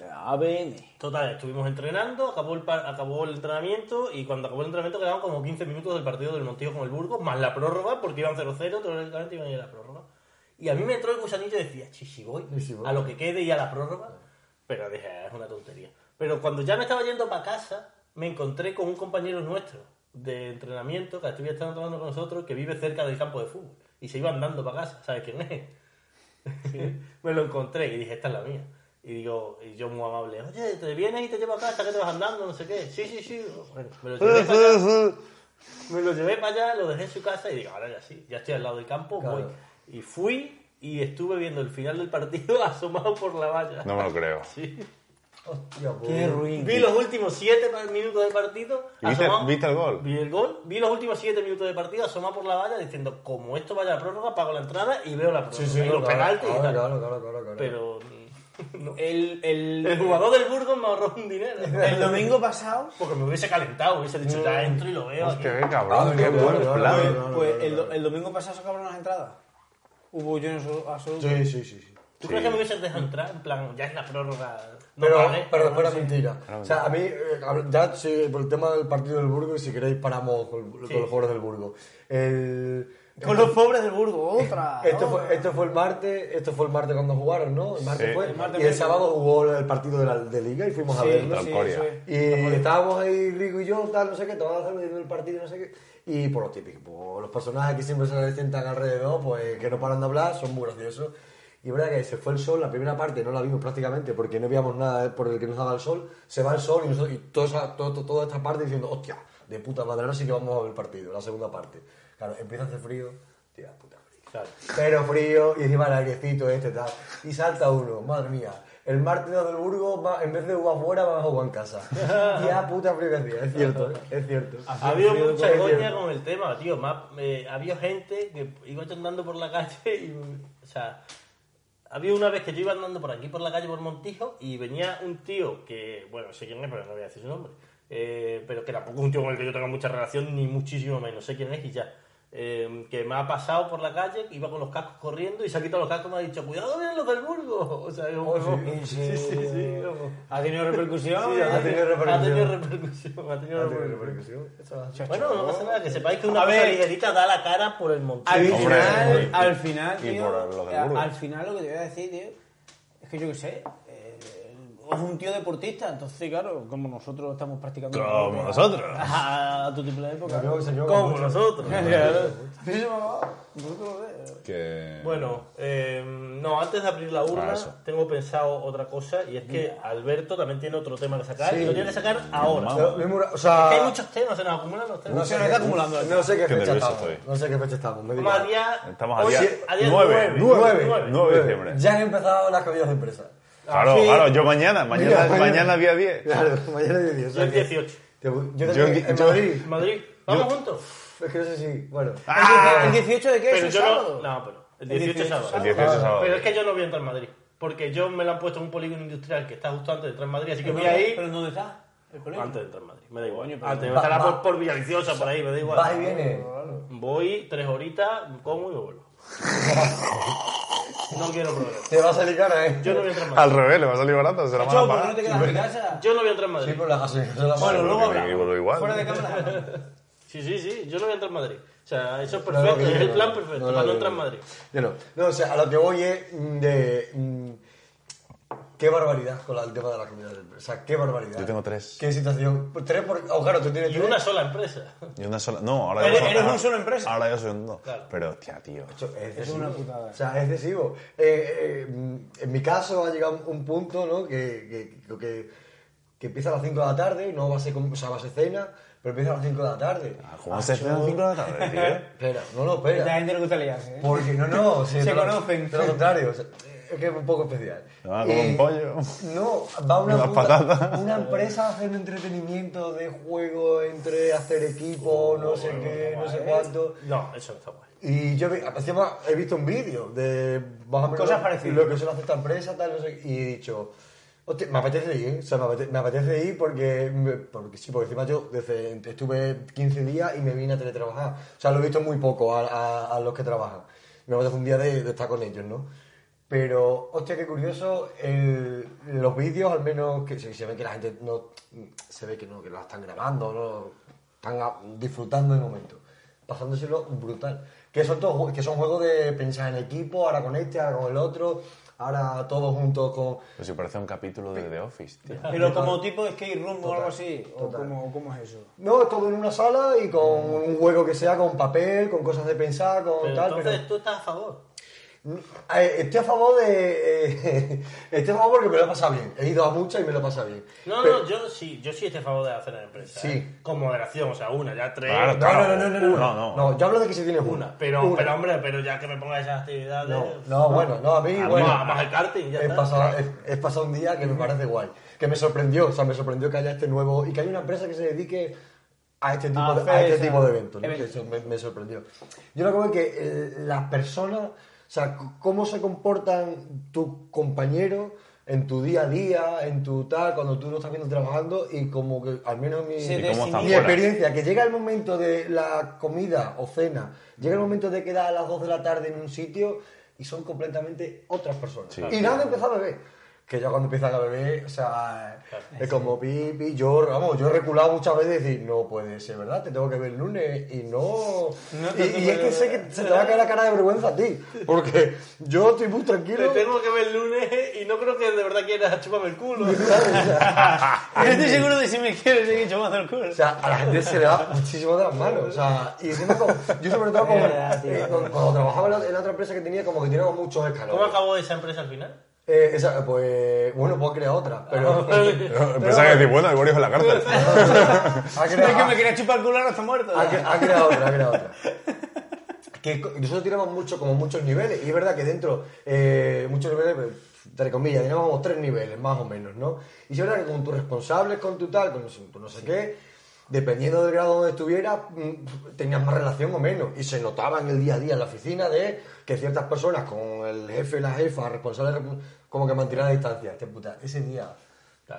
E: ABM.
B: Total, estuvimos entrenando, acabó el, par- acabó el entrenamiento y cuando acabó el entrenamiento quedaban como 15 minutos del partido del Montillo con el Burgos, más la prórroga, porque iban 0-0, teóricamente iban a ir a la prórroga. Y a mí me entró el gusanillo y decía, "Chi, si voy, a lo que quede y a la prórroga. Pero dije, "Ah, es una tontería. Pero cuando ya me estaba yendo para casa, me encontré con un compañero nuestro de entrenamiento que estuviera estando tomando con nosotros, que vive cerca del campo de fútbol. Y se iba andando para casa, ¿sabes quién es? me lo encontré y dije, esta es la mía. Y digo, y yo muy amable, oye, te vienes y te llevo a casa, que te vas andando, no sé qué. Sí, sí, sí. Bueno, me lo llevé para allá, me lo, llevé para allá, lo dejé en su casa y digo, ahora ya sí, ya estoy al lado del campo,
C: Claro.
B: voy. Y fui y estuve viendo el final del partido [laughs] asomado por la valla.
D: no me lo creo.
B: Sí.
C: Hostia, pues.
E: Qué ruin.
B: Vi los últimos 7 minutos del partido.
D: ¿Y viste-
B: asomado-
D: viste el gol?
B: Vi el gol, vi los últimos 7 minutos del partido asomado por la valla diciendo, como esto vaya a prórroga, pago la entrada y veo la prórroga.
C: Sí, sí,
B: y
C: no,
B: los
C: claro,
B: penaltis y tal.
C: claro, claro, claro, claro.
B: Pero no.
E: El, el,
B: El jugador del Burgos me ahorró un dinero.
E: el domingo pasado
B: Porque me hubiese calentado, hubiese dicho, ya entro y lo veo. aquí".
D: Hostia, qué cabrón,
C: Ah,
D: qué
C: no,
D: buen
C: no, no,
D: plan.
C: no, no.
E: Pues el, do- el domingo pasado sacaron las entradas. Hubo yo en absol- absoluto.
C: Sí, sí, sí. sí.
B: ¿Tú crees que me hubieses dejado entrar? En plan, ya es la prórroga. No
C: Pero,
B: vale,
C: pero
B: no
C: después era
B: sé.
C: mentira. O sea, a mí, eh, hab- ya sí, por el tema del partido del Burgo, y si queréis paramos con, con los jugadores del Burgo. El-
E: Con los pobres del Burgo, otra.
C: Esto
E: ¿no?
C: fue, esto fue el martes, esto fue el martes cuando jugaron, ¿no? El martes
D: Sí.
C: fue.
D: El
E: martes
C: y el
E: fue.
C: sábado jugó el partido de, la, de liga y fuimos a
E: Sí,
C: verlo.
E: sí,
D: Corea.
E: eso es.
C: Y estábamos ahí Rico y yo, tal, no sé qué, tomando la cerveza viendo el partido, no sé qué. Y por lo típico, por los personajes que siempre se les sientan alrededor, pues que no paran de hablar, son muy graciosos. Y verdad que se fue el sol, la primera parte no la vimos prácticamente porque no veíamos nada por el que nos daba el sol. Se va el sol y, nosotros- y toda, esa- to- to- toda esta parte diciendo, hostia, de puta madre, ahora sí que vamos a ver el partido, la segunda parte. Claro, empieza a hacer frío, tía, puta frío.
B: Claro.
C: Pero frío y encima el airecito este tal. Y salta uno, madre mía. El martes del Burgo, va- en vez de jugar fuera, va a jugar en casa. ya puta frío que hacía, es cierto, ¿eh? es cierto.
B: Ha habido
C: Frío,
B: mucha
C: es
B: coña
C: cierto.
B: con el tema, tío. Más, eh, había gente que iba yo andando por la calle [laughs] y. O sea. Había una vez que yo iba andando por aquí, por la calle, por Montijo, y venía un tío que, bueno, sé quién es, pero no voy a decir su nombre, eh, pero que tampoco es un tío con el que yo tenga mucha relación, ni muchísimo menos, sé quién es y ya. Eh, que me ha pasado por la calle, iba con los cascos corriendo y se ha quitado los cascos y me ha dicho, cuidado vienen los del Burgo. [laughs] O sea, como,
C: Oh, sí,
B: [laughs] sí, sí, sí, como-
E: Ha tenido repercusión.
C: Sí, ha tenido
B: ¿eh? Ha tenido
C: repercusión.
B: repercusión, ha
C: Ha
B: tenido
C: tenido
B: repercusión.
C: repercusión.
B: Bueno, no pasa nada, que sepáis que una
E: A
B: cosa
E: ver.
B: ligerita da la cara por el
E: Al
B: montaje.
C: Sí, hombre,
E: final,
D: y-
E: al final,
D: y
E: tío,
D: por los del Burgo.
E: al final lo que te voy a decir, tío, es que yo qué sé, eh, es un tío deportista, entonces claro, como nosotros estamos practicando
D: Como
E: deporte a-
D: nosotros.
E: a, a tu tipo de época. [laughs]
C: Claro, señor.
B: Como nosotros.
E: Claro. Eso, nosotros, eh,
D: Que...
B: Bueno, eh, no, antes de abrir la urna,
D: Ah, eso.
B: tengo pensado otra cosa y es que Alberto también tiene otro tema que sacar y lo tiene que sacar ahora.
D: Vamos.
C: Lo mismo, o sea,
B: Es que hay muchos temas, se nos acumulan los temas.
C: no sé, qué,
E: acumulando.
C: no sé qué
D: Qué
C: fecha
D: nervioso
C: estamos.
D: estoy.
C: No sé qué fecha estamos. Me digo.
B: Vamos a día,
D: Estamos a
B: hoy-
D: día
B: a día
D: nueve,
B: nueve,
C: nueve,
B: nueve. Ah.
D: 9 de diciembre.
C: Ya han empezado las comidas de empresa.
D: Claro,
C: Así-
D: claro, yo mañana, mañana,
C: Mira,
D: mañana día 10.
C: Claro, mañana es 10.
B: Yo el 18.
C: Yo,
D: Yo-
C: también, en
D: yo-
C: Madrid.
B: Madrid, vamos juntos.
C: Es que no sé si. Bueno. Ah.
E: ¿El 18 de qué?
B: Pero
E: ¿Es
B: yo
E: un
B: no.
E: sábado?
B: No, pero. El 18 es sábado.
D: El 18 es sábado.
B: Pero es que yo no voy a entrar en Madrid. Porque yo me lo han puesto en un polígono industrial que está justo antes de entrar en Madrid, así que voy ahí.
E: ¿Pero en dónde está? ¿El colegio?
B: Antes de entrar en Madrid, me da igual.
E: Coño, pero-
B: Antes,
C: Va-
B: estará
C: va.
B: por, por Villaviciosa, por ahí, me da igual.
C: Vas y vienes.
B: Voy tres horitas, como y me vuelvo. no quiero problemas.
C: Te va a salir cara, ¿eh?
B: Yo no voy a entrar en Madrid.
D: Al revés, le va a salir barato, se la van
E: Chau,
D: a
E: ¿por qué no
D: pagar.
E: te quedas en casa?
B: Yo no voy a entrar en
C: Sí,
B: Madrid.
C: por la gasolina.
E: Bueno, luego hablamos.
D: Igual, igual.
E: Fuera de cámara.
B: Sí, sí, sí, yo no voy a entrar en Madrid. O sea, eso es
C: No, no,
B: perfecto,
C: que-
B: es el plan perfecto
C: no, no,
B: para no
C: que-
B: entrar en Madrid.
C: Yo no. No, o sea, a lo que voy es mm, de. mm, Qué barbaridad con la- el tema de las comidas de empresa. O sea, qué barbaridad.
D: Yo tengo tres.
C: Qué situación. Pues Tres por. Oh, claro, tú tienes
B: Y
C: tres.
B: una sola empresa.
D: Y una sola. No, ahora
E: Eres-
D: yo soy-
E: eres una sola empresa.
D: Ahora yo soy un dos.
B: Claro.
D: Pero, hostia, tío.
C: Eso Es excesivo.
E: una putada.
C: O sea, es excesivo. Eh, eh, mm, en mi caso ha llegado un punto, ¿no? Que, que, que, que empieza a las 5 de la tarde, no va a ser, com- o sea, va a ser cena, pero empieza a las 5 de la tarde.
D: Ah, ¿Cómo se hace a las 5 de la tarde, tío?
C: Espera, no, no,
E: Esta
C: espera.
E: gente le gusta liarse, ¿eh?
C: Porque no, no, o sea,
E: Se
C: de lo-
E: conocen.
C: De lo contrario, o sea, es que es un poco especial. Eh,
D: Me van a comer un pollo.
C: No, va
D: [laughs]
C: una,
D: Unas patatas.
C: puta, una empresa a hacer un entretenimiento de juego entre hacer equipo, no sé qué, no sé cuánto.
B: No, eso no está guay.
C: Y yo vi- encima he visto un vídeo de más o menos
E: Cosas parecidas.
C: lo que suele hacer esta empresa tal, no sé, qué, y he dicho, hostia, me apetece ir, o sea, me apetece, me apetece ir porque, me- porque sí, porque encima yo desde, estuve 15 días y me vine a teletrabajar, o sea, lo he visto muy poco a, a- a los que trabajan, me apetece un día de, de estar con ellos, ¿no? Pero, hostia, qué curioso, el- los vídeos, al menos, que se, se ve que la gente no, se ve que no, que lo están grabando, no, están a- disfrutando el momento, pasándoselo brutal. Que son, todos, ju- que son juegos de pensar en equipo, ahora con este, ahora con el otro, ahora todos juntos con...
D: Pues si parece un capítulo de The Office, tío.
E: Pero como tipo es que ir rumbo o algo
C: Total,
E: así. ¿O
C: total.
E: cómo, cómo es eso?
C: No, es todo en una sala y con un juego que sea, con papel, con cosas de pensar, con
B: Pero
C: tal,
B: entonces
C: pero...
B: tú estás a favor.
C: Eh, Estoy a favor de... eh, [laughs] estoy a favor porque me lo he pasado bien. He ido a muchas y me lo he pasado bien.
B: No,
C: Pero-
B: no, yo sí, yo sí estoy a favor de hacer la empresa.
C: Sí.
B: ¿eh? Con moderación, o sea, una, ya tres.
D: Claro,
C: No, no, no, no, no, no,
D: No,
C: no.
D: no.
C: yo hablo de que si tienes una.
B: Una. Pero,
C: Una.
B: pero hombre, pero ya que me pongas esas actividades.
C: No, no, bueno, no, a mí,
B: Ah,
C: bueno.
B: más- más el karting, ya
C: he
B: está.
C: Pasado, he, he pasado un día que me parece guay. Que me sorprendió, o sea, me sorprendió que haya este nuevo. Y que haya una empresa que se dedique a este tipo,
B: Ah,
E: A
C: de, a este
E: hacer
C: tipo de
E: esa-
C: eventos. ¿no? Que
E: eventos.
C: eso me, me sorprendió. Yo lo que veo es que eh, las personas, o sea, c- cómo se comportan tus compañeros en tu día a día, en tu tal, cuando tú lo estás viendo trabajando y como que, al menos en mi,
E: Se
D: ¿Y cómo
E: desinhibe.
D: están
C: mi
E: Hola.
D: fuera?
C: experiencia, que llega el momento de la comida o cena, llega el momento de quedar a las 2 de la tarde en un sitio y son completamente otras personas.
D: Sí.
C: y nada, empezar a beber. Que ya cuando empiezan a beber, o sea, es como pipi, yo, vamos, yo he reculado muchas veces y decir, no puede ser, ¿verdad? Te tengo que ver el lunes y no... y,
E: te-
C: y es que sé que se te va a caer la cara de vergüenza a ti, porque yo estoy muy
B: Te
C: tranquilo.
B: tengo que ver el lunes y no creo que de verdad quieras chuparme el culo. [laughs]
C: ¿sabes? O sea,
E: Pero [laughs] estoy seguro de si me quieres seguir chupando el culo.
C: O sea, a la gente se le va muchísimo de las manos. O sea, y encima con- yo sobre todo
E: [laughs]
C: como,
E: Verdad, tío.
C: eh, con- cuando trabajaba en la, en la otra empresa que tenía, como que tenía como muchos escalones.
B: ¿Cómo acabó esa empresa al [laughs] final?
C: Eh, esa, pues, bueno, pues crea otra,
E: [laughs]
C: pero... [laughs]
D: Pensaba que decir, bueno, hay varios en la cárcel.
C: ha,
E: [laughs] Es que
C: creado,
E: me quería chupar el culo, ahora está muerto.
C: ha cre- ha creado otra, ha creado otra. Que co- nosotros tiramos mucho, como muchos niveles, y es verdad que dentro, eh, muchos niveles, pues, entre comillas, teníamos como tres niveles, más o menos, ¿no? Y es verdad que con tus responsables, con tu tal, con no sé- con no sé qué, dependiendo del grado donde estuvieras, mm, tenías más relación o menos. Y se notaba en el día a día en la oficina de que ciertas personas, con el jefe, la jefa, responsable, respon- como que mantenían la distancia. Este puta, ese día,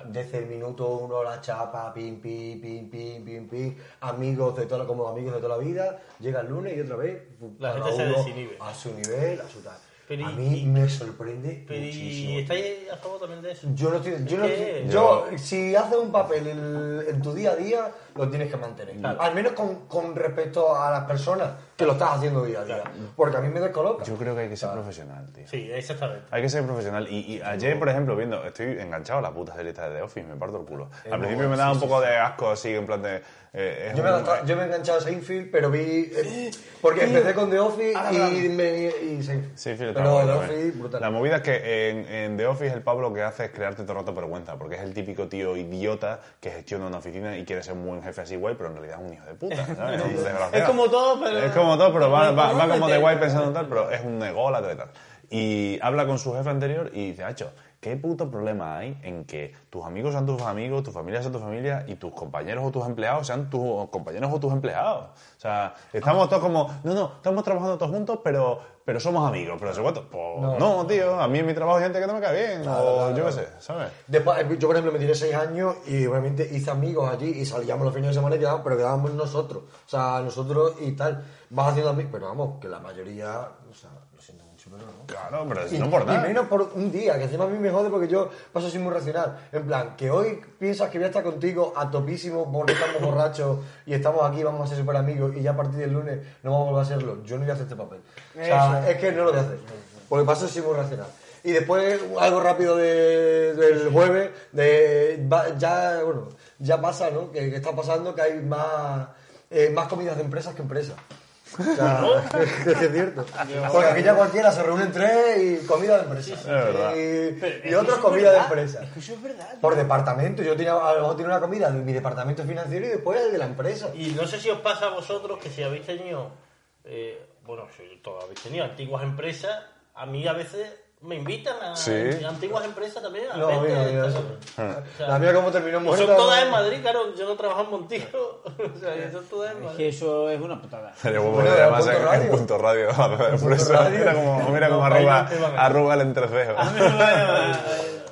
C: desde el minuto uno, la chapa, pim, pim, pim, pim, pim, pim, amigos de toda, la- como amigos de toda la vida, llega el lunes y otra vez,
B: La
C: cada
B: gente se
C: uno
B: desinhibe.
C: A su nivel, a su tal.
B: Pero
C: a
B: y-
C: mí
B: y-
C: me sorprende
B: Pero ¿y
C: muchísimo.
B: estáis a favor también de eso?
C: Yo no estoy. Yo,
B: Es
C: no
B: que-
C: estoy- yo, si haces un papel en, en tu día a día, lo tienes que mantener. Al menos con, con respecto a las personas que lo estás haciendo día a día. Porque a mí me descoloca.
D: Yo creo que hay que ser profesional, tío.
B: Sí, exactamente.
D: Hay que ser profesional. Y, y ayer, por ejemplo, viendo, estoy enganchado a la puta serie esta de The Office, me parto el culo. Al principio me daba un poco de asco, así, en plan de. eh, es
C: Yo me, he
D: un-
C: adaptado- yo me he enganchado a Seinfeld, pero vi... eh, porque empecé con The Office y, me, y Seinfeld.
D: Sí, Phil, está
C: pero
D: bueno
C: The
D: también.
C: Office, brutal.
D: La movida es que en, en The Office el Pablo lo que hace es crearte todo el rato vergüenza, porque es el típico tío idiota que gestiona una oficina y quiere ser un buen jefe así guay, pero en realidad es un hijo de puta,
C: [laughs]
D: ¿sabes? Es un desgraciado.
E: Es como todo, pero-
D: Es como todo, pero va,
E: pero
D: va-
E: no
D: va como de
E: mete-
D: guay pensando tal, pero es un ególatra y tal. Y habla con su jefe anterior y dice, Hacho, ¿qué puto problema hay en que tus amigos sean tus amigos, tu familia sea tu familia y tus compañeros o tus empleados sean tus compañeros o tus empleados? O sea,
E: Ah.
D: estamos todos como, no, no, estamos trabajando todos juntos, pero, pero somos amigos. Pero se cuento, pues no, tío, a mí en mi trabajo hay gente que no me cae bien, o yo qué sé, ¿sabes?
C: Después, eh, yo, por ejemplo, me tiré seis años y obviamente hice amigos allí y salíamos los fines de semana y quedábamos, pero quedábamos nosotros. O sea, nosotros y tal. Vas haciendo amigos, pero vamos, que la mayoría. O sea, lo siento mucho, pero no.
D: Claro, pero
C: Y,
D: no por
C: y
D: nada.
C: menos por un día, que encima a mí me jode porque yo paso así muy racional. En plan, que hoy piensas que voy a estar contigo a topísimo porque estamos borrachos y estamos aquí, vamos a ser súper amigos y ya a partir del lunes no vamos a volver a serlo. Yo no voy a hacer este papel. O sea, es que no lo voy a hacer. Porque paso así muy racional. Y después algo rápido de- del jueves, de va- ya, bueno, ya pasa, ¿no? Que, que está pasando que hay más, eh, más comidas de empresas que empresas. O sea, [laughs] es que es cierto. Porque aquí ya cualquiera se reúnen tres y comida de empresa. Y, y otros comida de empresa.
E: Es que eso es verdad.
C: Por departamento. Yo tenía, a lo mejor tenía una comida de mi departamento financiero y después el de la empresa.
B: Y no sé si os pasa a vosotros que si habéis tenido, eh, bueno, si todos habéis tenido antiguas empresas, a mí a veces me invitan a
D: Sí.
B: antiguas empresas también. A
C: No,
B: verte,
C: mira, mira,
B: tal.
C: eso.
B: O sea,
C: La mía como terminó
B: y
C: muerta.
B: Pues son todas en Madrid, claro, yo no trabajo en Montijo. [laughs] O sea, que son todas en
E: Es
B: Madrid.
E: que eso es una [laughs] putada.
D: Sería muy
C: Bueno,
D: bueno,
C: era
D: además
C: punto
D: en,
C: radio.
D: en [laughs] punto radio. Por eso
C: radio.
D: mira como, mira como
B: No,
D: arruga,
B: ahí no te van a-
D: arruga el entrecejo.